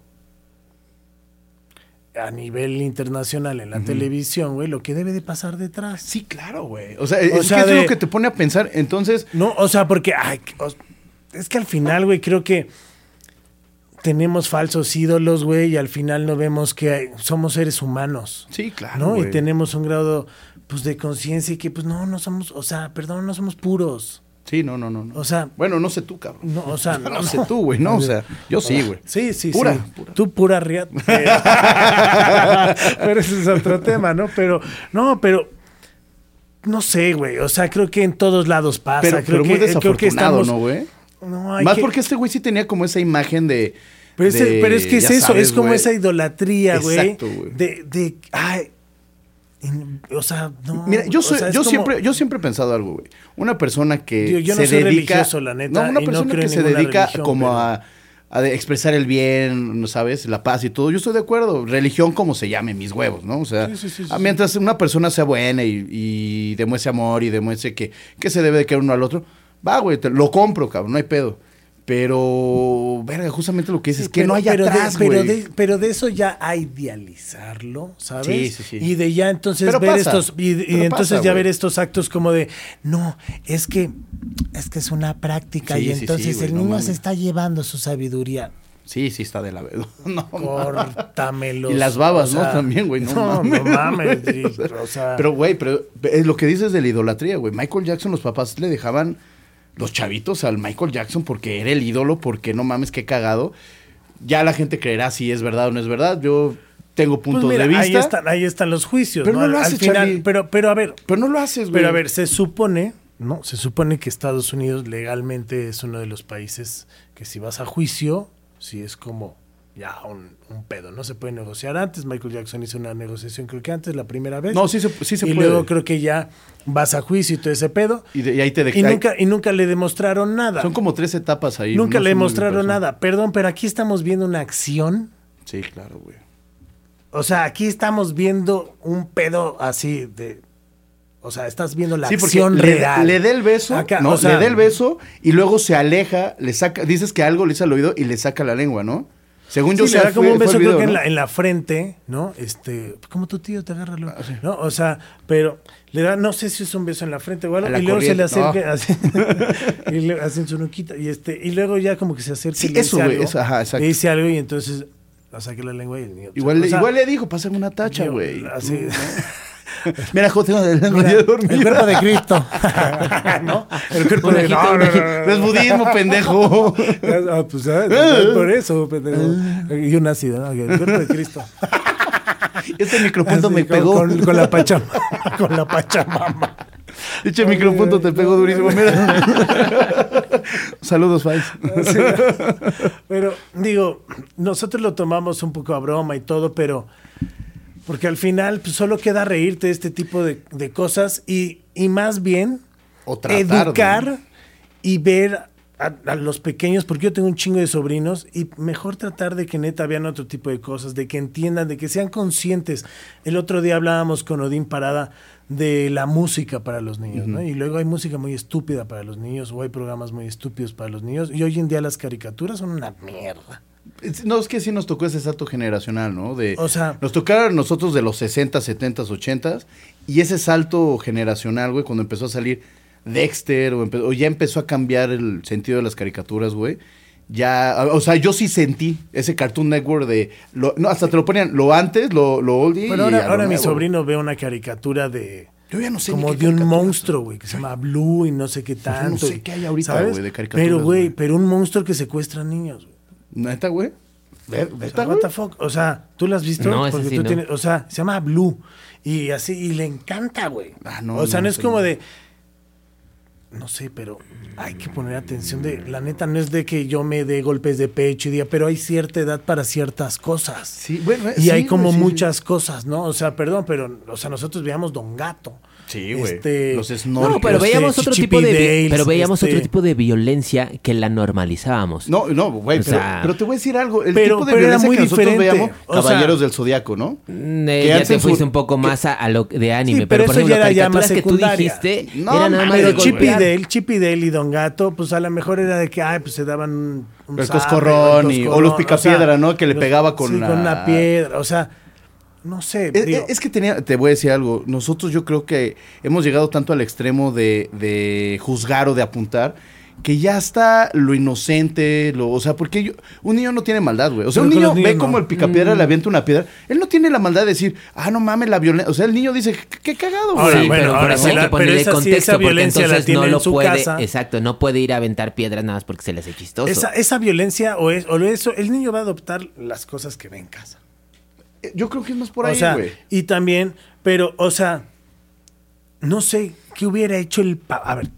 Speaker 2: a nivel internacional en la televisión, güey, lo que debe de pasar detrás.
Speaker 4: Sí, claro, güey. O sea,
Speaker 2: O
Speaker 4: es,
Speaker 2: sea,
Speaker 4: que eso
Speaker 2: de-
Speaker 4: es lo que te pone a pensar, entonces...
Speaker 2: No, o sea, porque ay, que- os- es que al final, güey, creo que tenemos falsos ídolos, güey, y al final no vemos que hay- somos seres humanos.
Speaker 4: Sí, claro,
Speaker 2: ¿no? Y
Speaker 4: güey.
Speaker 2: tenemos un grado pues de conciencia y que pues no, no somos, o sea, perdón, no somos puros.
Speaker 4: Sí, no, no, no. no.
Speaker 2: O sea,
Speaker 4: Bueno, no sé tú, cabrón.
Speaker 2: no, o sea,
Speaker 4: No,
Speaker 2: no,
Speaker 4: sé
Speaker 2: no.
Speaker 4: tú, güey, no, o sea, yo sí, güey.
Speaker 2: Sí, sí,
Speaker 4: Pura,
Speaker 2: sí.
Speaker 4: pura.
Speaker 2: Tú pura riata. Pero, pero ese es otro tema, ¿no? Pero, no, pero. No sé, güey. O sea, creo que en todos lados pasa.
Speaker 4: Pero,
Speaker 2: creo,
Speaker 4: pero muy
Speaker 2: que, eh, creo
Speaker 4: desafortunado,
Speaker 2: que estamos.
Speaker 4: ¿no, güey?
Speaker 2: No, hay
Speaker 4: Más
Speaker 2: que-
Speaker 4: porque este güey sí tenía como esa imagen de...
Speaker 2: Pero, es,
Speaker 4: de-
Speaker 2: pero es que es
Speaker 4: ya
Speaker 2: eso,
Speaker 4: sabes,
Speaker 2: es como
Speaker 4: güey.
Speaker 2: esa idolatría, güey.
Speaker 4: Exacto, güey.
Speaker 2: De, de, ay, en- o sea, no.
Speaker 4: Mira, yo,
Speaker 2: o
Speaker 4: soy,
Speaker 2: sea, es
Speaker 4: yo,
Speaker 2: como-
Speaker 4: siempre, yo siempre he pensado algo, güey. Una persona que
Speaker 2: Digo, yo no
Speaker 4: se
Speaker 2: soy
Speaker 4: dedica...
Speaker 2: religioso, la neta,
Speaker 4: no,
Speaker 2: y
Speaker 4: una
Speaker 2: no
Speaker 4: persona
Speaker 2: creo
Speaker 4: que
Speaker 2: en
Speaker 4: se
Speaker 2: ninguna
Speaker 4: dedica
Speaker 2: religión,
Speaker 4: como
Speaker 2: pero-
Speaker 4: a, a de- expresar el bien, ¿no ¿sabes? La paz y todo. Yo estoy de acuerdo. Religión como se llame, mis huevos, ¿no? O sea,
Speaker 2: Sí, sí, sí, sí,
Speaker 4: ah, mientras una persona sea buena y, y demuestre amor y demuestre que, que se debe de querer uno al otro, va, güey, te- lo compro, cabrón, no hay pedo. Pero, verga, justamente lo que dices,
Speaker 2: Sí,
Speaker 4: es que no hay
Speaker 2: de-
Speaker 4: atrás, güey.
Speaker 2: pero, de, pero de eso ya a idealizarlo, ¿sabes?
Speaker 4: Sí, sí, sí.
Speaker 2: Y de ya entonces
Speaker 4: Pero
Speaker 2: ver
Speaker 4: pasa,
Speaker 2: estos y, y
Speaker 4: pero
Speaker 2: entonces
Speaker 4: pasa,
Speaker 2: ya
Speaker 4: güey.
Speaker 2: ver estos actos como de no, es que es que es una práctica
Speaker 4: Sí,
Speaker 2: y
Speaker 4: sí, sí,
Speaker 2: entonces
Speaker 4: güey,
Speaker 2: el
Speaker 4: no
Speaker 2: niño
Speaker 4: mames.
Speaker 2: se está llevando su sabiduría.
Speaker 4: Sí, sí, está de la verdad. No,
Speaker 2: Córtamelos.
Speaker 4: Y las babas,
Speaker 2: o sea,
Speaker 4: ¿no? También, güey. No, mames,
Speaker 2: no mames.
Speaker 4: güey.
Speaker 2: sí, o sea,
Speaker 4: pero, güey, pero es lo que dices de la idolatría, güey. Michael Jackson, los papás le dejaban los chavitos al Michael Jackson porque era el ídolo, porque no mames, qué cagado. Ya la gente creerá si es verdad o no es verdad. Yo tengo puntos pues mira, de vista.
Speaker 2: Ahí están, ahí están los juicios.
Speaker 4: Pero no, no lo
Speaker 2: al,
Speaker 4: haces,
Speaker 2: al final, pero, pero a ver.
Speaker 4: Pero no lo haces, güey.
Speaker 2: Pero a ver, se supone, ¿no? Se supone que Estados Unidos legalmente es uno de los países que si vas a juicio, si es como ya un, un, pedo. No se puede negociar antes. Michael Jackson hizo una negociación, creo que antes, la primera vez.
Speaker 4: No, sí se, sí se
Speaker 2: y
Speaker 4: puede.
Speaker 2: Y luego creo que ya vas a juicio y todo ese pedo.
Speaker 4: Y, de, y ahí te
Speaker 2: y nunca, y nunca le demostraron nada.
Speaker 4: Son como tres etapas ahí.
Speaker 2: Nunca no le demostraron nada. Perdón, pero aquí estamos viendo una acción.
Speaker 4: Sí, claro, güey.
Speaker 2: O sea, aquí estamos viendo un pedo así de. O sea, estás viendo la sí, acción
Speaker 4: le,
Speaker 2: real.
Speaker 4: Le, da el beso, Acá, no, o sea, le da el beso y luego se aleja, le saca, dices que algo le hizo al oído y le saca la lengua, ¿no? Según yo,
Speaker 2: sí,
Speaker 4: sea,
Speaker 2: le da como fue, un beso, video, creo que ¿no? en, la, en, la, frente, ¿no? Este, como tu tío te agarra, lo,
Speaker 4: Ah,
Speaker 2: ¿no? O sea, pero le da, no sé si es un beso en la frente o algo, y luego corriente. se le acerca, no. así, y le hacen su nuquita, y este, y luego ya como que se acerca
Speaker 4: sí,
Speaker 2: y le
Speaker 4: eso,
Speaker 2: dice
Speaker 4: güey,
Speaker 2: algo,
Speaker 4: eso, ajá, exacto.
Speaker 2: le dice algo, y entonces la saqué la lengua y el niño.
Speaker 4: Igual,
Speaker 2: o
Speaker 4: sea, igual le dijo, pásame una tacha, güey.
Speaker 2: Así. Tú,
Speaker 4: ¿no? Mira, José, la lengua ya dormida.
Speaker 2: El cuerpo de Cristo.
Speaker 4: ¿No? El cuerpo de Cristo. No, no, no, es budismo, pendejo.
Speaker 2: ah, pues, ¿sabes? Por eso, pendejo.
Speaker 4: Ah.
Speaker 2: Y un ácido, El cuerpo de Cristo.
Speaker 4: Este micropunto Así, me con, pegó.
Speaker 2: Con, con, la pachamama. Con la pachamama.
Speaker 4: Dicho el Este micropunto te pegó durísimo. Mira. Saludos, Fais. Sí,
Speaker 2: pero digo, nosotros lo tomamos un poco a broma y todo, pero porque al final pues, solo queda reírte de este tipo de, de cosas y, y, más bien
Speaker 4: o
Speaker 2: educar de... y ver a, a, los pequeños, porque yo tengo un chingo de sobrinos, y mejor tratar de que neta vean otro tipo de cosas, de que entiendan, de que sean conscientes. El otro día hablábamos con Odín Parada de la música para los niños, uh -huh. ¿no? Y luego hay música muy estúpida para los niños, o hay programas muy estúpidos para los niños, y hoy en día las caricaturas son una mierda.
Speaker 4: No, es que sí nos tocó ese salto generacional, ¿no? De,
Speaker 2: o sea,
Speaker 4: nos tocaron nosotros de los 60, 70, 80 y ese salto generacional, güey, cuando empezó a salir Dexter, o, o, ya empezó a cambiar el sentido de las caricaturas, güey. Ya, o sea, yo sí sentí ese Cartoon Network de. Lo, no, hasta te lo ponían lo antes, lo, lo oldie.
Speaker 2: Pero ahora,
Speaker 4: y a lo
Speaker 2: ahora mi
Speaker 4: nuevo.
Speaker 2: sobrino ve una caricatura de.
Speaker 4: Yo ya no sé
Speaker 2: Como
Speaker 4: ni
Speaker 2: de un monstruo, güey, que se llama Blue y no sé qué tanto.
Speaker 4: Pues no sé
Speaker 2: y,
Speaker 4: qué hay ahorita, güey, de caricaturas.
Speaker 2: Pero, güey, pero un monstruo que secuestra niños, güey.
Speaker 4: ¿Neta, güey?
Speaker 2: ¿Neta, güey? Pues, What the fuck? O sea, ¿tú la has visto?
Speaker 3: No,
Speaker 2: Porque
Speaker 3: sí,
Speaker 2: tú
Speaker 3: no.
Speaker 2: tienes, o sea, se llama Blue y así y le encanta, güey.
Speaker 4: Ah, no,
Speaker 2: o sea,
Speaker 4: no,
Speaker 2: no es
Speaker 4: sí,
Speaker 2: como
Speaker 4: no.
Speaker 2: de no sé, pero hay que poner atención de la neta no es de que yo me dé golpes de pecho y diga, pero hay cierta edad para ciertas cosas.
Speaker 4: Sí, bueno, eh,
Speaker 2: y
Speaker 4: sí,
Speaker 2: hay como
Speaker 4: güey, sí,
Speaker 2: muchas cosas, ¿no? O sea, perdón, pero o sea, nosotros veíamos Don Gato.
Speaker 4: Sí, güey.
Speaker 2: Este,
Speaker 4: Los
Speaker 3: No,
Speaker 4: Snorkels.
Speaker 3: pero
Speaker 2: Los,
Speaker 3: veíamos
Speaker 2: eh,
Speaker 3: otro tipo de vi-
Speaker 2: Chichipidales,
Speaker 3: pero veíamos
Speaker 2: este-
Speaker 3: otro tipo de violencia que la normalizábamos.
Speaker 4: No, no, güey,
Speaker 3: O
Speaker 4: pero,
Speaker 3: sea-
Speaker 4: pero te voy a decir algo. El
Speaker 2: Pero-
Speaker 4: tipo de
Speaker 2: pero era
Speaker 4: violencia
Speaker 2: muy
Speaker 4: que nosotros
Speaker 2: diferente,
Speaker 4: veíamos,
Speaker 2: o sea-
Speaker 4: Caballeros del Zodiaco, ¿no?
Speaker 3: Mm,
Speaker 4: Que
Speaker 3: eh, ya
Speaker 4: antes
Speaker 3: te fuiste
Speaker 4: fue-
Speaker 3: un poco más a, a lo de anime,
Speaker 2: Sí, pero
Speaker 3: pero, por
Speaker 2: eso ya
Speaker 3: ejemplo,
Speaker 2: era ya
Speaker 3: caricaturas
Speaker 2: más
Speaker 3: que tú
Speaker 2: secundaria.
Speaker 3: dijiste
Speaker 4: No,
Speaker 3: era nada más
Speaker 4: pero
Speaker 3: de
Speaker 2: Pero Chip y
Speaker 3: golpear.
Speaker 2: Dale, Chip y Dale y Don Gato, pues a lo mejor era de que, ay, pues se daban un, un
Speaker 4: El
Speaker 2: zape,
Speaker 4: coscorrón y-
Speaker 2: el
Speaker 4: o los
Speaker 2: coscorrón,
Speaker 4: picapiedra, ¿no? Que le
Speaker 2: los-
Speaker 4: pegaba con
Speaker 2: sí,
Speaker 4: la-
Speaker 2: con una piedra, o sea, no sé.
Speaker 4: Es,
Speaker 2: digo,
Speaker 4: Eh, es que tenía, te voy a decir algo. Nosotros yo creo que hemos llegado tanto al extremo de, de juzgar o de apuntar que ya está lo inocente, lo, o sea, porque yo- un niño no tiene maldad, güey. O sea,
Speaker 2: Pero
Speaker 4: un
Speaker 2: con
Speaker 4: niño
Speaker 2: los
Speaker 4: ve
Speaker 2: niños
Speaker 4: como
Speaker 2: no. Mm.
Speaker 4: el picapiedra le avienta una piedra. Él no tiene la maldad de decir, ah, no mames, la violencia. O sea, el niño dice, qué, qué cagado, güey.
Speaker 2: Ahora,
Speaker 3: sí,
Speaker 2: bueno,
Speaker 3: pero,
Speaker 2: ahora
Speaker 3: por eso
Speaker 2: sí
Speaker 3: hay
Speaker 2: la-
Speaker 3: que
Speaker 2: pero
Speaker 3: ponerle
Speaker 2: esa sí,
Speaker 3: contexto,
Speaker 2: esa
Speaker 3: porque
Speaker 2: violencia la
Speaker 3: entonces
Speaker 2: tiene
Speaker 3: no
Speaker 2: en
Speaker 3: lo
Speaker 2: su
Speaker 3: puede,
Speaker 2: casa.
Speaker 3: exacto, no puede ir a aventar piedras nada más porque se le hace chistoso.
Speaker 2: esa, esa violencia o, es- o eso, el niño va a adoptar las cosas que ve en casa.
Speaker 4: Eh, Yo creo que es más por
Speaker 2: o
Speaker 4: ahí,
Speaker 2: sea,
Speaker 4: güey.
Speaker 2: y también, pero, o sea, no sé qué hubiera hecho el. pa- a ver,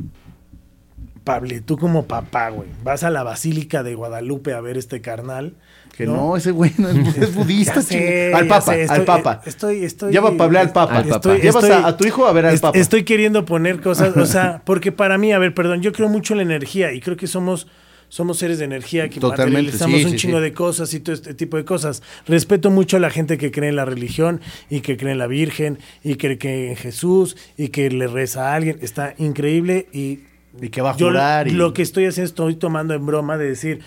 Speaker 2: Pablo, tú como papá, güey, vas a la Basílica de Guadalupe a ver este carnal.
Speaker 4: Que no, ese güey no es, es budista,
Speaker 2: Ya sé,
Speaker 4: chingada.
Speaker 2: ya
Speaker 4: Al
Speaker 2: sé,
Speaker 4: papa, al
Speaker 2: estoy- eh,
Speaker 4: papa.
Speaker 2: Estoy, estoy.
Speaker 4: Lleva a Pablo al papa.
Speaker 3: Al papa.
Speaker 4: Llevas a, a tu hijo a ver al
Speaker 2: est-
Speaker 4: papa.
Speaker 2: Estoy queriendo poner cosas, o sea, porque para mí, a ver, perdón, yo creo mucho en la energía y creo que somos. Somos seres de energía que
Speaker 4: Totalmente,
Speaker 2: materializamos
Speaker 4: sí,
Speaker 2: un
Speaker 4: sí,
Speaker 2: chingo
Speaker 4: sí.
Speaker 2: de cosas y todo este tipo de cosas. Respeto mucho a la gente que cree en la religión y que cree en la Virgen y que cree en Jesús y que le reza a alguien. Está increíble y
Speaker 4: y que va a
Speaker 2: yo
Speaker 4: jurar. y...
Speaker 2: lo que estoy haciendo, estoy tomando en broma de decir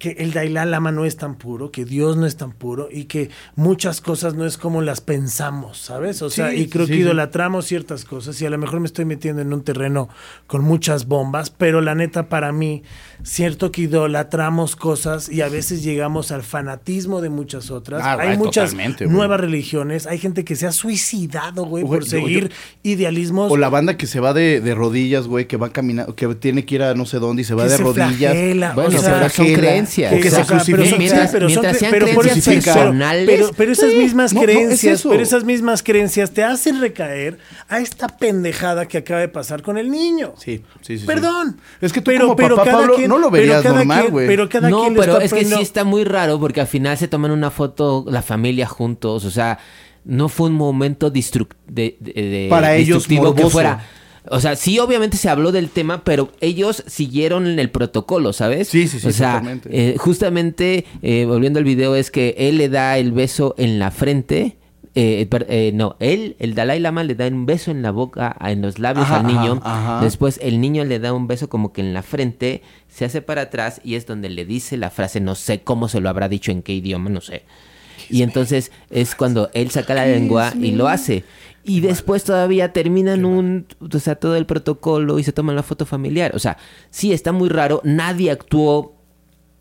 Speaker 2: que el Dalai Lama no es tan puro, que Dios no es tan puro y que muchas cosas no es como las pensamos, ¿sabes? O sea, sí, y creo sí, que idolatramos sí. ciertas cosas y a lo mejor me estoy metiendo en un terreno con muchas bombas, pero la neta para mí, cierto que idolatramos cosas y a veces llegamos al fanatismo de muchas otras. Ah, hay right, muchas nuevas güey. religiones, hay gente que se ha suicidado, güey, güey por seguir yo, idealismos.
Speaker 4: O la banda que se va de, de rodillas, güey, que va caminando, que tiene que ir a no sé dónde y se va que de se rodillas.
Speaker 3: Flagela, bueno, o sea, pero son creencias.
Speaker 2: O que se crucifican. Pero son pero esas mismas no, creencias, no, es pero esas mismas creencias te hacen recaer a esta pendejada que acaba de pasar con el niño.
Speaker 4: Sí, sí, sí.
Speaker 2: Perdón.
Speaker 4: Sí. Es que tú pero, como pero papá, cada Pablo, quien, no lo verías
Speaker 2: pero
Speaker 4: normal,
Speaker 2: güey. Pero cada
Speaker 3: no,
Speaker 2: quien
Speaker 3: pero es que sí está muy raro porque al final se toman una foto la familia juntos, o sea, no fue un momento destructivo de, de, de,
Speaker 4: para ellos
Speaker 3: que fuera o sea, sí, obviamente se habló del tema, pero ellos siguieron el protocolo, ¿sabes?
Speaker 4: Sí, sí, sí.
Speaker 3: O sea, eh, justamente, eh, volviendo al video, es que él le da el beso en la frente. Eh, per, eh, no, él, el Dalai Lama le da un beso en la boca, en los labios ajá, al niño. Ajá, ajá. Después el niño le da un beso como que en la frente, se hace para atrás y es donde le dice la frase, no sé cómo se lo habrá dicho, en qué idioma, no sé. Y entonces es cuando él saca la lengua y lo hace. Y después todavía terminan un, o sea, todo el protocolo y se toman la foto familiar. O sea, sí, está muy raro, nadie actuó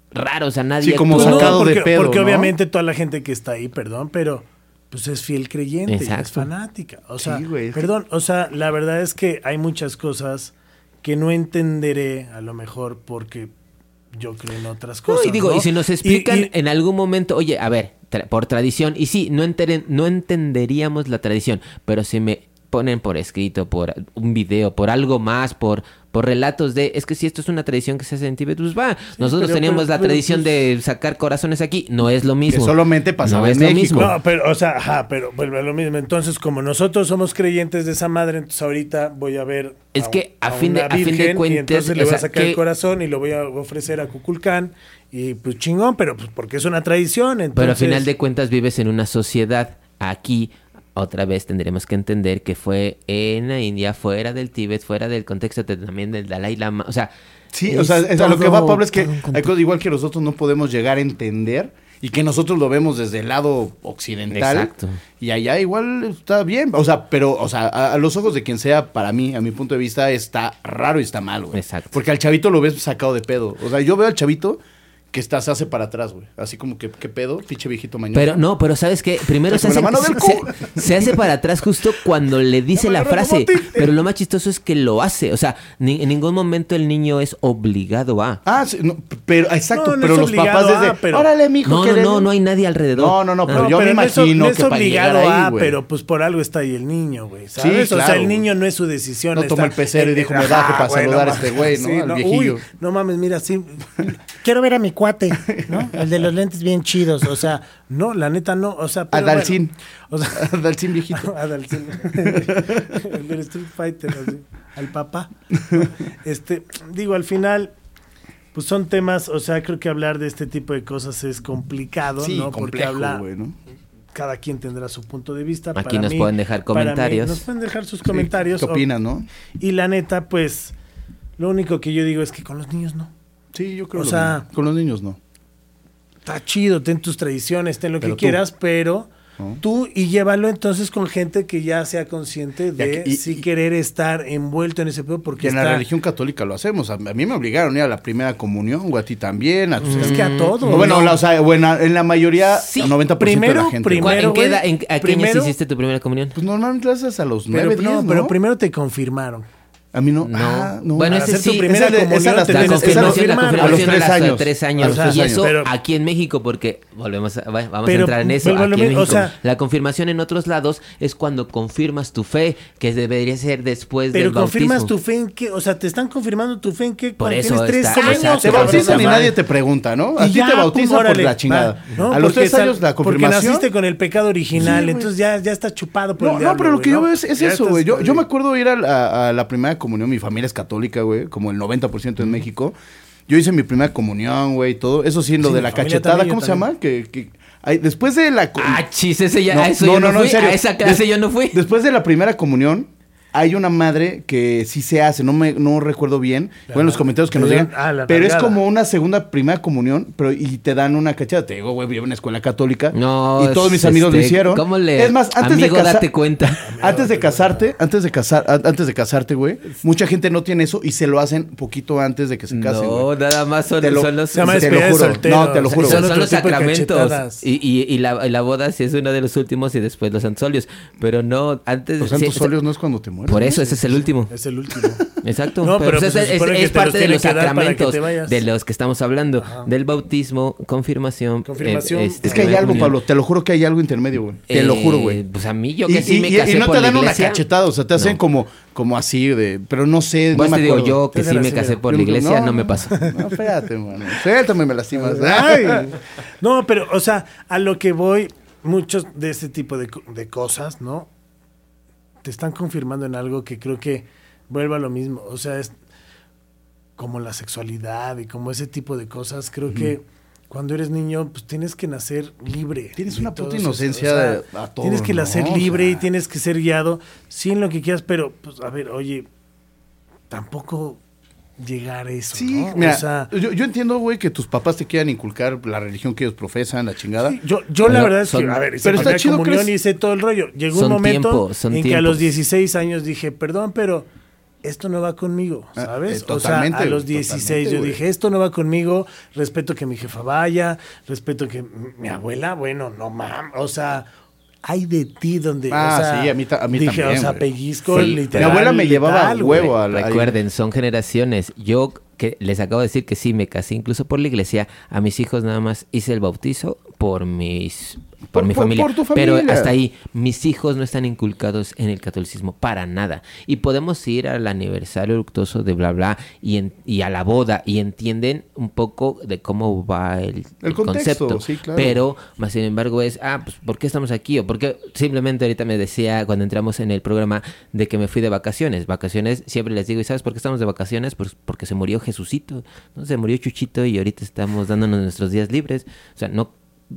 Speaker 3: raro, o sea, nadie
Speaker 4: sí, como
Speaker 3: actuó.
Speaker 4: sacado
Speaker 2: porque,
Speaker 4: de pedo,
Speaker 2: Porque
Speaker 4: ¿no?
Speaker 2: obviamente toda la gente que está ahí, perdón, pero pues es fiel creyente, y es fanática. O sea, sí, güey, perdón, o sea, la verdad es que hay muchas cosas que no entenderé a lo mejor porque yo creo en otras cosas. No,
Speaker 3: y digo,
Speaker 2: ¿no?
Speaker 3: y si nos explican y, y, en algún momento, oye, a ver, tra por tradición, y sí, no, enteren, no entenderíamos la tradición, pero si me ponen por escrito, por un video, por algo más, por, por relatos de, es que si esto es una tradición que se hace en Tíbet, pues va, sí, nosotros pero, teníamos pero, la pero, tradición pues, de sacar corazones aquí, no es lo mismo.
Speaker 4: Que solamente pasaba
Speaker 3: no
Speaker 4: en
Speaker 3: es
Speaker 4: México.
Speaker 3: Lo mismo.
Speaker 2: No, pero, o sea, ajá, pero vuelve a lo mismo. Entonces, como nosotros somos creyentes de esa madre, entonces ahorita voy a ver
Speaker 3: es
Speaker 2: a,
Speaker 3: que a, a fin de, a fin de cuentas...
Speaker 2: Y entonces le voy a sacar que... el corazón y lo voy a ofrecer a Cuculcán y pues chingón, pero pues porque es una tradición, entonces...
Speaker 3: Pero a final de cuentas vives en una sociedad aquí otra vez tendremos que entender que fue en la India, fuera del Tíbet, fuera del contexto también del Dalai Lama. O sea,
Speaker 4: sí, o sea, es todo, a lo que va Pablo es que hay cosas igual que nosotros no podemos llegar a entender y que nosotros lo vemos desde el lado occidental. Exacto. Y allá igual está bien. O sea, pero, o sea, a, a, los ojos de quien sea, para mí, a mi punto de vista, está raro y está mal, güey.
Speaker 3: Exacto.
Speaker 4: Porque al chavito lo ves sacado de pedo. O sea, yo veo al chavito que está, se hace para atrás, güey. Así como que, ¿qué pedo? Pinche viejito mañana.
Speaker 3: Pero no, pero ¿sabes qué? Primero se hace, se, se hace, para atrás justo cuando le dice la, la frase. Pero lo más chistoso es que lo hace. O sea, ni, en ningún momento el niño es obligado a.
Speaker 4: Ah, sí, no, pero exacto, no, no pero los papás desde.
Speaker 3: A, pero... Órale, mijo. No, no, no, no hay nadie alrededor.
Speaker 4: No, no, no, pero ah. yo pero me imagino
Speaker 2: es,
Speaker 4: que para
Speaker 2: obligado
Speaker 4: llegar ahí,
Speaker 2: a,
Speaker 4: güey.
Speaker 2: pero pues por algo está ahí el niño, güey. ¿Sabes? Sí, claro, o sea, el niño no es su decisión.
Speaker 4: No
Speaker 2: está...
Speaker 4: toma el pecero y dijo, me baje para saludar a este güey, ¿no? Al viejillo.
Speaker 2: No mames, mira, sí. Quiero ver a mi cuate, ¿no? El de los lentes bien chidos. O sea, no, la neta no. O sea,
Speaker 4: pero Adalcín. Bueno, o sea, Adalcín viejito.
Speaker 2: Adalcín. El de Street Fighter, así, al papá. ¿no? Este, digo, al final, pues son temas, o sea, creo que hablar de este tipo de cosas es complicado,
Speaker 4: sí,
Speaker 2: ¿no?
Speaker 4: Complejo, Porque habla.
Speaker 2: Güey, ¿no? Cada quien tendrá su punto de vista.
Speaker 3: Aquí
Speaker 2: para
Speaker 3: nos
Speaker 2: mí,
Speaker 3: pueden dejar comentarios.
Speaker 2: Mí, nos pueden dejar sus comentarios.
Speaker 4: Sí, ¿Qué opinan, no?
Speaker 2: Y la neta, pues, lo único que yo digo es que con los niños no.
Speaker 4: Sí, yo creo.
Speaker 2: O sea,
Speaker 4: con los niños no.
Speaker 2: Está chido, ten tus tradiciones, ten lo pero que quieras, tú. pero ¿No? tú y llévalo entonces con gente que ya sea consciente de y aquí, y, sí y, querer estar envuelto en ese pedo porque
Speaker 4: y en
Speaker 2: está...
Speaker 4: la religión católica lo hacemos. A, mí me obligaron a ir a la primera comunión, o a ti también. A
Speaker 2: tus... Es que a todos.
Speaker 4: No, bueno, la, o sea, bueno, en la mayoría, sí. 90%
Speaker 2: primero,
Speaker 4: de la gente.
Speaker 2: Primero,
Speaker 3: ¿En qué edad, en, ¿A primero, qué años hiciste tu primera comunión?
Speaker 4: Pues normalmente lo haces a los 9,
Speaker 2: pero,
Speaker 4: 10,
Speaker 2: no, pero primero te confirmaron.
Speaker 4: A mí no. no. Ah, no.
Speaker 3: Bueno, ese sí,
Speaker 2: primera
Speaker 3: esa
Speaker 2: comunión, esa
Speaker 3: la,
Speaker 2: te la
Speaker 3: confirmación,
Speaker 2: la
Speaker 3: confirmación
Speaker 4: a los tres
Speaker 3: a
Speaker 4: años.
Speaker 3: Tres años.
Speaker 4: A los
Speaker 3: tres y
Speaker 4: años.
Speaker 3: eso pero, aquí en México, porque volvemos a, vamos pero, a entrar en eso.
Speaker 2: Pero,
Speaker 3: aquí en México,
Speaker 2: o sea,
Speaker 3: la confirmación en otros lados es cuando confirmas tu fe, que debería ser después
Speaker 2: pero
Speaker 3: del bautismo.
Speaker 2: Pero confirmas tu fe en qué, o sea, te están confirmando tu fe en qué
Speaker 3: Por eso
Speaker 2: tienes tres
Speaker 3: está,
Speaker 2: años.
Speaker 3: exacto,
Speaker 4: te bautizan y nadie te pregunta, ¿no? A ti te bautizan por la chingada. A los tres años la confirmación.
Speaker 2: pues Porque naciste con el pecado original, entonces ya ya estás chupado
Speaker 3: Pues
Speaker 2: por el
Speaker 4: No, no, pero lo que yo veo es eso, güey. Yo me acuerdo ir a la primera comunión, mi familia es católica, güey, como el 90% en México. Yo hice mi primera comunión, güey, todo. Eso sí, lo
Speaker 2: Sí,
Speaker 4: de
Speaker 2: mi familia
Speaker 4: la cachetada,
Speaker 2: también,
Speaker 4: ¿cómo
Speaker 2: yo
Speaker 4: se llama? Que, que- ay, después de la co-
Speaker 3: Ah, chis, ese ya,
Speaker 4: No,
Speaker 3: a eso
Speaker 4: no,
Speaker 3: yo
Speaker 4: no,
Speaker 3: no,
Speaker 4: no, en
Speaker 3: fui.
Speaker 4: serio.
Speaker 3: a esa clase
Speaker 4: Des-
Speaker 3: yo no fui.
Speaker 4: después de la primera comunión Hay una madre que sí se hace, no me no recuerdo
Speaker 2: La
Speaker 4: bien. bueno, en
Speaker 2: madre.
Speaker 4: los comentarios
Speaker 2: Te
Speaker 4: que nos
Speaker 2: dan-
Speaker 4: digan.
Speaker 2: ah, la
Speaker 4: pero es
Speaker 2: nalgada.
Speaker 4: como una segunda primera comunión, pero y te dan una cachada. Te digo, güey, vivo en una escuela católica.
Speaker 3: No,
Speaker 4: Y todos mis
Speaker 3: este,
Speaker 4: amigos lo hicieron.
Speaker 3: ¿Cómo le?
Speaker 4: Es más, antes
Speaker 3: Amigo,
Speaker 4: de casar-
Speaker 3: date cuenta.
Speaker 4: Antes de casarte, antes de casar, a- antes de casarte, güey, mucha gente no tiene eso y se lo hacen poquito antes de que se casen.
Speaker 3: No,
Speaker 4: güey.
Speaker 3: nada más son,
Speaker 4: Te lo-
Speaker 3: son los,
Speaker 4: Se
Speaker 3: son-
Speaker 4: llama te lo
Speaker 2: despedida de
Speaker 4: juro.
Speaker 2: soltero.
Speaker 4: No, te lo juro,
Speaker 2: O sea,
Speaker 4: güey.
Speaker 3: son
Speaker 2: otro
Speaker 3: los
Speaker 2: tipo de
Speaker 3: sacramentos.
Speaker 2: cachetadas.
Speaker 3: Y, y- y la, y la boda sí es uno de los últimos y después los ansolios. Pero no, antes...
Speaker 4: Los
Speaker 3: sí,
Speaker 4: santos
Speaker 3: o sea,
Speaker 4: óleos no es cuando te mueres.
Speaker 3: Por eso, ese es el último.
Speaker 2: Es el último.
Speaker 3: Exacto.
Speaker 2: No, pero pues
Speaker 3: pues
Speaker 2: se
Speaker 3: es, es-
Speaker 2: supone que
Speaker 3: es
Speaker 2: te los
Speaker 3: parte de
Speaker 2: tiene
Speaker 3: los
Speaker 2: que dar para que
Speaker 3: sacramentos
Speaker 2: te vayas.
Speaker 3: de los que estamos hablando. Del bautismo, confirmación.
Speaker 2: Confirmación.
Speaker 3: este,
Speaker 4: Es que hay
Speaker 3: primera
Speaker 4: algo,
Speaker 3: comunión.
Speaker 4: Pablo, te lo juro que hay algo intermedio, güey. Te lo
Speaker 3: Eh,
Speaker 4: juro, güey.
Speaker 3: Pues a mí yo
Speaker 4: Y,
Speaker 3: que sí
Speaker 4: y-
Speaker 3: me
Speaker 4: y- y
Speaker 3: casé
Speaker 4: no
Speaker 3: por
Speaker 4: te
Speaker 3: la
Speaker 4: dan una
Speaker 3: iglesia.
Speaker 4: cachetada, o sea, te hacen
Speaker 3: No.
Speaker 4: como, como así de, pero no sé,
Speaker 3: Pues
Speaker 4: no
Speaker 3: te
Speaker 4: me
Speaker 3: digo
Speaker 4: acuerdo.
Speaker 3: yo que
Speaker 2: Te
Speaker 3: sí me
Speaker 2: hacen así,
Speaker 3: casé
Speaker 2: mira.
Speaker 3: por la iglesia, no, me pasó.
Speaker 4: No, espérate, mano. Suéltame, me lastimas.
Speaker 2: Ay. No, pero, o sea, a lo que voy, muchos de este tipo de, co- de cosas, ¿no? Te están confirmando en algo que creo que vuelva a lo mismo. O sea, es como la sexualidad y como ese tipo de cosas. Creo que cuando eres niño, pues tienes que nacer libre.
Speaker 4: Tienes
Speaker 2: de
Speaker 4: una puta
Speaker 2: todos esos-
Speaker 4: inocencia de- a todo,
Speaker 2: Tienes que
Speaker 4: ¿no?
Speaker 2: nacer
Speaker 4: O
Speaker 2: libre y
Speaker 4: sea.
Speaker 2: tienes que ser guiado, sí, en lo que quieras, pero, pues, a ver, oye, tampoco llegar a eso.
Speaker 4: Sí,
Speaker 2: ¿no?
Speaker 4: mira,
Speaker 2: o sea,
Speaker 4: yo, yo entiendo, güey, que tus papás te quieran inculcar la religión que ellos profesan, la chingada.
Speaker 2: Sí, yo, yo la
Speaker 3: Pero
Speaker 2: verdad es que,
Speaker 3: son-
Speaker 2: a ver, hice
Speaker 4: pero está
Speaker 2: primera
Speaker 4: chido,
Speaker 2: comunión
Speaker 4: ¿crees?
Speaker 2: y hice todo el rollo. Llegó un
Speaker 3: Son
Speaker 2: momento
Speaker 3: tiempos, son
Speaker 2: en que a los
Speaker 3: tiempos.
Speaker 2: 16 años dije, perdón, pero esto no va conmigo,
Speaker 4: Ah,
Speaker 2: ¿sabes?
Speaker 4: eh,
Speaker 2: o sea,
Speaker 4: totalmente,
Speaker 2: a los
Speaker 4: güey,
Speaker 2: 16 yo
Speaker 4: totalmente,
Speaker 2: dije, esto no va conmigo, respeto que mi jefa vaya, respeto que m- mi abuela, bueno, no mames, o sea... Hay de ti donde. o
Speaker 4: Ah,
Speaker 2: sea,
Speaker 4: sí, a mí ta- a mí
Speaker 2: dije,
Speaker 4: también,
Speaker 2: o sea,
Speaker 4: güey.
Speaker 2: pellizco,
Speaker 3: Sí,
Speaker 2: literal.
Speaker 4: mi abuela me llevaba
Speaker 2: letal,
Speaker 4: a
Speaker 2: güey.
Speaker 4: huevo a la-
Speaker 3: Recuerden, son generaciones. Yo que les acabo de decir que sí me casé incluso por la iglesia. A mis hijos nada más hice el bautizo por mis por,
Speaker 4: Por-
Speaker 3: mi
Speaker 4: por-
Speaker 3: familia.
Speaker 4: por tu
Speaker 3: Pero
Speaker 4: familia.
Speaker 3: hasta ahí mis hijos no están inculcados en el catolicismo para nada. Y podemos ir al aniversario luctuoso de bla bla y en- y a la boda y entienden un poco de cómo va el,
Speaker 4: El
Speaker 3: el
Speaker 4: contexto,
Speaker 3: concepto.
Speaker 4: sí, claro.
Speaker 3: Pero pero, más sin embargo es, ah, pues ¿por qué estamos aquí? O porque simplemente ahorita me decía cuando entramos en el programa de que me fui de vacaciones. Vacaciones, siempre les digo, ¿y sabes por qué estamos de vacaciones? Pues porque se murió Jesucito, ¿no? Se murió Chuchito y ahorita estamos dándonos nuestros días libres. O sea, no,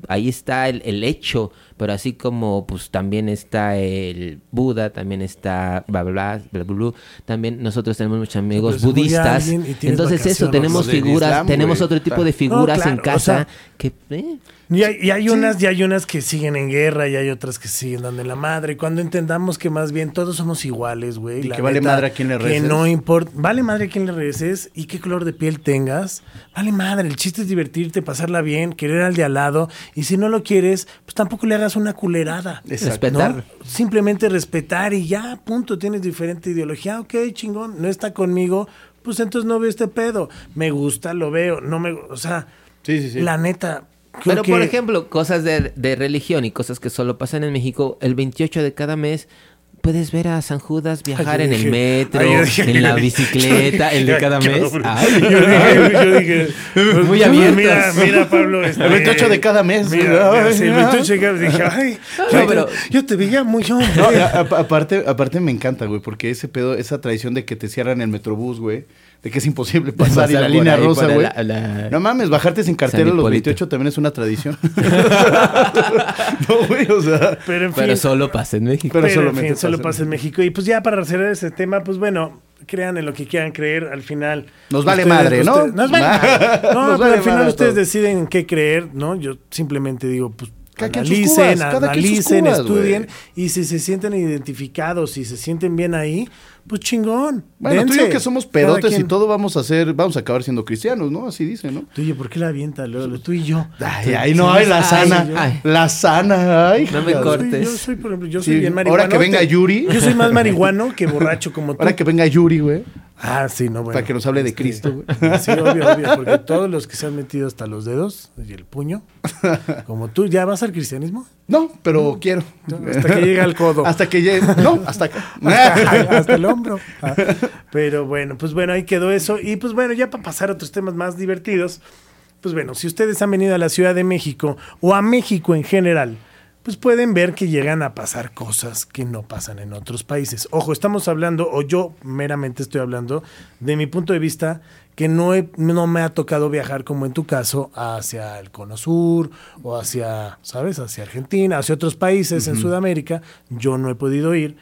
Speaker 3: ahí está el, el hecho, pero así como pues también está el Buda, también está bla bla bla, bla, bla, bla. también nosotros tenemos muchos amigos
Speaker 2: Pero se murió
Speaker 3: budistas.
Speaker 2: alguien y tienes
Speaker 3: Entonces eso,
Speaker 2: vacaciones. Ah.
Speaker 3: tenemos
Speaker 4: Los del
Speaker 3: figuras,
Speaker 4: Islam,
Speaker 3: tenemos
Speaker 4: güey.
Speaker 3: otro tipo de
Speaker 4: No,
Speaker 3: figuras en
Speaker 2: claro, o
Speaker 3: casa
Speaker 2: sea,
Speaker 3: que... eh,
Speaker 2: Y hay, y hay unas y hay unas que siguen en guerra y hay otras que siguen dando la madre. Cuando entendamos que más bien todos somos iguales, güey.
Speaker 4: Y
Speaker 2: la
Speaker 4: que vale madre a quien le
Speaker 2: Que
Speaker 4: reces.
Speaker 2: no importa. Vale madre a quien le reces y qué color de piel tengas. Vale madre. El chiste es divertirte, pasarla bien, querer al de al lado. Y si no lo quieres, pues tampoco le hagas una culerada.
Speaker 4: Exacto.
Speaker 3: Respetar.
Speaker 2: ¿no? Simplemente respetar y ya, punto. Tienes diferente ideología. Ok, chingón. No está conmigo. Pues entonces no veo este pedo. Me gusta, lo veo. No me. O sea,
Speaker 4: Sí, sí, sí.
Speaker 2: la neta. creo
Speaker 3: Pero, por
Speaker 2: que-
Speaker 3: ejemplo, cosas de, de religión y cosas que solo pasan en México, el 28 de cada mes puedes ver a San Judas viajar
Speaker 2: Ay, yo
Speaker 3: en
Speaker 2: dije-
Speaker 3: el metro,
Speaker 2: ay, yo dije-
Speaker 3: en la
Speaker 2: yo dije-
Speaker 3: bicicleta, el de cada
Speaker 2: Yo
Speaker 3: mes.
Speaker 2: dije-
Speaker 3: Ay,
Speaker 2: Yo dije, yo dije, pues,
Speaker 3: Muy abiertas.
Speaker 2: Mira, mira, Pablo. este,
Speaker 4: El 28 de cada mes.
Speaker 2: Mira, mira,
Speaker 4: Ay,
Speaker 2: sí, el
Speaker 4: ajá.
Speaker 2: 28 de cada mes. Dije, ay,
Speaker 3: No,
Speaker 2: yo,
Speaker 3: pero-
Speaker 2: te, yo te veía muy joven.
Speaker 4: No, a- a- aparte, aparte me encanta, güey, porque ese pedo, esa tradición de que te cierran el metrobús, güey, de que es imposible pasar,
Speaker 3: pasar
Speaker 4: y la
Speaker 3: Pues por
Speaker 4: línea
Speaker 3: ahí,
Speaker 4: rosa,
Speaker 3: por
Speaker 4: güey.
Speaker 3: la- la-
Speaker 4: No mames, bajarte sin cartera a los
Speaker 3: Hipólito.
Speaker 4: 28 también es una tradición. no, güey, o sea.
Speaker 2: pero en fin.
Speaker 3: pero solo pasa en México.
Speaker 4: Pero
Speaker 2: Pero, en
Speaker 4: solamente
Speaker 2: fin, solo
Speaker 4: pasa.
Speaker 2: pasa en México. Y pues ya para cerrar ese tema, pues bueno, crean en lo que quieran creer. Al final.
Speaker 4: Nos vale madre, ¿no?
Speaker 2: ustedes- nos vale madre. No,
Speaker 4: Nos
Speaker 2: pero
Speaker 4: vale
Speaker 2: al final
Speaker 4: madre
Speaker 2: ustedes
Speaker 4: todo.
Speaker 2: deciden en qué creer, ¿no? Yo simplemente digo, pues.
Speaker 4: Cada quien sus
Speaker 2: analicen,
Speaker 4: cubas, cada quien sus
Speaker 2: analicen,
Speaker 4: cubas,
Speaker 2: estudien.
Speaker 4: güey.
Speaker 2: Y si se sienten identificados, si se sienten bien ahí, pues chingón.
Speaker 4: Bueno, tú y yo
Speaker 2: dense.
Speaker 4: que somos
Speaker 2: Cada
Speaker 4: pedotes y
Speaker 2: quien.
Speaker 4: todo vamos a ser, vamos a acabar siendo cristianos, ¿no? Así dicen, ¿no?
Speaker 2: Tú y yo, ¿por qué la avienta, Lolo? Tú y yo.
Speaker 4: Ay, ay, no, ay, la
Speaker 3: Ay,
Speaker 4: sana.
Speaker 3: ay.
Speaker 4: La sana, ay.
Speaker 3: No me
Speaker 4: joder.
Speaker 3: cortes.
Speaker 2: Yo soy, por ejemplo, yo soy
Speaker 4: Sí,
Speaker 2: bien
Speaker 4: ahora
Speaker 2: marihuano.
Speaker 4: que venga Yuri.
Speaker 2: Yo soy más marihuano que borracho como tú.
Speaker 4: Ahora que venga Yuri, güey,
Speaker 2: Ah, sí, no, bueno.
Speaker 4: para que nos hable de
Speaker 2: Este,
Speaker 4: Cristo, güey.
Speaker 2: Sí, obvio, obvio, porque todos los que se han metido hasta los dedos y el puño, como tú, ¿ya vas al cristianismo?
Speaker 4: No, pero quiero.
Speaker 2: Hasta que llegue al codo.
Speaker 4: Hasta que llegue. No, hasta acá.
Speaker 2: hasta, hasta el hombro. Ah, Pero bueno, pues bueno, ahí quedó eso. Y pues bueno, ya para pasar a otros temas más divertidos, pues bueno, si ustedes han venido a la Ciudad de México o a México en general, pues pueden ver que llegan a pasar cosas que no pasan en otros países. Ojo, estamos hablando, o yo meramente estoy hablando, de mi punto de vista, que no, he- no me ha tocado viajar, como en tu caso, hacia el Cono Sur o hacia, ¿sabes?, hacia Argentina, hacia otros países en Sudamérica. Yo no he podido ir.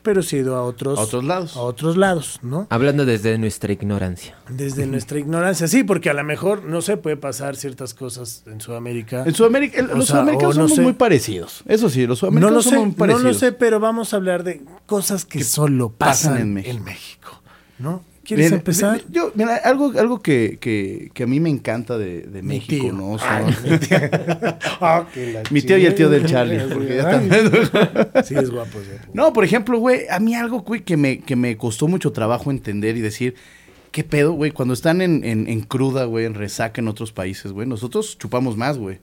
Speaker 2: pero sí he ido a otros,
Speaker 4: A otros lados.
Speaker 2: a otros lados, ¿no?
Speaker 3: Hablando desde nuestra ignorancia.
Speaker 2: Desde nuestra ignorancia, sí, porque a lo mejor, no sé, puede pasar ciertas cosas en Sudamérica.
Speaker 4: En Sudamérica, el-
Speaker 2: O
Speaker 4: los
Speaker 2: sea,
Speaker 4: sudamericanos
Speaker 2: o no
Speaker 4: somos
Speaker 2: sé.
Speaker 4: muy parecidos. Eso sí, los
Speaker 2: No
Speaker 4: sudamericanos
Speaker 2: lo sé,
Speaker 4: somos muy
Speaker 2: no
Speaker 4: parecidos.
Speaker 2: lo sé, pero vamos a hablar de cosas que solo pasan,
Speaker 4: pasan
Speaker 2: en
Speaker 4: en
Speaker 2: México.
Speaker 4: México.
Speaker 2: ¿no? ¿Quieres
Speaker 4: Mira,
Speaker 2: empezar?
Speaker 4: mira, Yo, mira, algo, algo que, que- que a mí me encanta de, de
Speaker 2: Mi
Speaker 4: México,
Speaker 2: tío.
Speaker 4: ¿no? O sea,
Speaker 2: Ay, mi tío. Ah, que la
Speaker 4: mi tío y el tío del
Speaker 2: chingada,
Speaker 4: Charlie.
Speaker 2: güey.
Speaker 4: porque ya
Speaker 2: Ay,
Speaker 4: están-
Speaker 2: Sí, es guapo, es guapo.
Speaker 4: No, por ejemplo, güey, a mí algo, güey, que me, que me costó mucho trabajo entender y decir, ¿qué pedo, güey? Cuando están en, en- en cruda, güey, en resaca en otros países, güey, nosotros chupamos más, güey.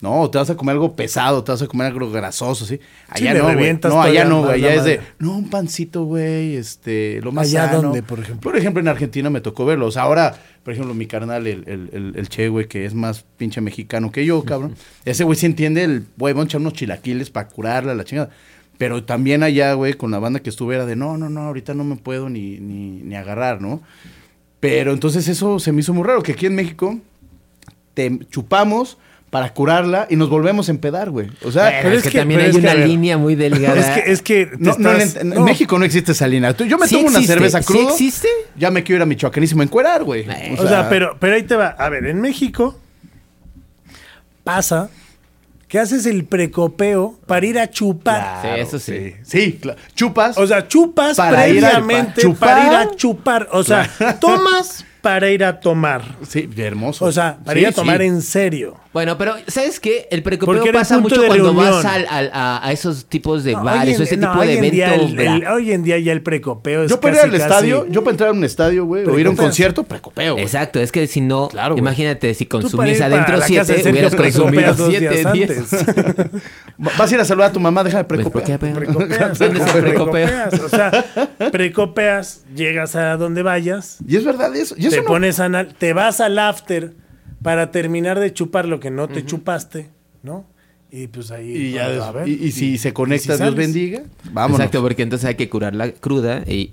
Speaker 4: No, te vas a comer algo pesado, te vas a comer algo grasoso, ¿sí? Allá
Speaker 2: le
Speaker 4: no, güey.
Speaker 2: revientas
Speaker 4: No, allá
Speaker 2: todavía
Speaker 4: no,
Speaker 2: más
Speaker 4: güey.
Speaker 2: la
Speaker 4: Allá es de,
Speaker 2: madre.
Speaker 4: no, un pancito, güey, este, lo más
Speaker 2: ¿Allá
Speaker 4: sano.
Speaker 2: dónde, por ejemplo?
Speaker 4: Por ejemplo, en Argentina me tocó verlos. ahora, por ejemplo, mi carnal, el, el- el- el Che, güey, que es más pinche mexicano que yo, cabrón. Ese güey sí entiende el, güey, vamos a echar unos chilaquiles para curarla, la chingada. Pero también allá, güey, con la banda que estuve era de, no, no, no, ahorita no me puedo ni, ni, ni agarrar, ¿no? Pero entonces eso se me hizo muy raro, que aquí en México te chupamos para curarla y nos volvemos a empedar, güey. O sea,
Speaker 3: Pero es, que, también
Speaker 4: pero
Speaker 3: hay
Speaker 4: es que,
Speaker 3: una
Speaker 4: a ver,
Speaker 3: línea muy delgada.
Speaker 2: Es que, es que te
Speaker 4: no, no le
Speaker 2: estás- no.
Speaker 4: ent- En México no existe esa línea. Tú- Yo me
Speaker 3: Sí
Speaker 4: tomo una
Speaker 3: existe,
Speaker 4: cerveza
Speaker 3: sí
Speaker 4: crudo.
Speaker 3: existe.
Speaker 4: Ya me quiero ir a Michoacanísimo a encuerar, güey.
Speaker 3: Eh.
Speaker 2: O sea, pero, pero ahí te va. A ver, en México pasa que haces el precopeo para ir a chupar.
Speaker 3: Sí, eso sí.
Speaker 4: Sí, cla- chupas.
Speaker 2: O sea, chupas
Speaker 4: Para ir a
Speaker 2: previamente
Speaker 4: chupar.
Speaker 2: para ir a chupar. O sea, tomas para ir a tomar.
Speaker 4: sí, hermoso.
Speaker 2: O sea, para
Speaker 4: Sí,
Speaker 2: ir a tomar
Speaker 4: sí.
Speaker 2: en serio.
Speaker 3: Bueno, pero ¿sabes qué? El precopeo
Speaker 2: Porque era el
Speaker 3: pasa
Speaker 2: punto
Speaker 3: mucho
Speaker 2: de
Speaker 3: cuando vas
Speaker 2: reunión.
Speaker 3: al- al- a, a esos tipos de
Speaker 2: No,
Speaker 3: bares
Speaker 2: hoy
Speaker 3: o
Speaker 2: en-
Speaker 3: ese
Speaker 2: no,
Speaker 3: tipo de
Speaker 2: hoy en día
Speaker 3: eventos.
Speaker 2: el- el-
Speaker 3: bla.
Speaker 2: hoy en día ya el precopeo es
Speaker 4: Yo para ir
Speaker 2: casi,
Speaker 4: al
Speaker 2: casi-
Speaker 4: estadio, yo para entrar a un estadio, güey, o ir a un
Speaker 2: Precopeas.
Speaker 4: concierto, precopeo. güey.
Speaker 3: Exacto, es que si no,
Speaker 4: Claro, güey.
Speaker 3: imagínate si
Speaker 2: Tú para
Speaker 3: consumís
Speaker 2: ir para
Speaker 3: adentro
Speaker 2: la casa de
Speaker 3: siete,
Speaker 2: Sergio
Speaker 3: hubieras
Speaker 2: precopeas
Speaker 3: consumido
Speaker 2: dos días
Speaker 3: siete, diez.
Speaker 2: antes.
Speaker 4: Va- Vas a ir a saludar a tu mamá, deja de
Speaker 3: Pues,
Speaker 4: precopear.
Speaker 3: ¿por qué, pero?
Speaker 2: Precopeas,
Speaker 3: ¿Dónde se precopea?
Speaker 2: precopeas, o sea, precopeas, llegas a donde vayas,
Speaker 4: y es verdad eso. Y eso
Speaker 2: te
Speaker 4: no-
Speaker 2: pones anal, te vas al after para terminar de chupar lo que no te chupaste, ¿no? Y pues ahí.
Speaker 4: y, ya
Speaker 2: a
Speaker 4: des-
Speaker 2: ver,
Speaker 4: y- y si se conecta,
Speaker 2: y si
Speaker 4: Dios
Speaker 2: sales.
Speaker 4: bendiga. Vámonos.
Speaker 3: Exacto, porque entonces hay que curar la cruda y...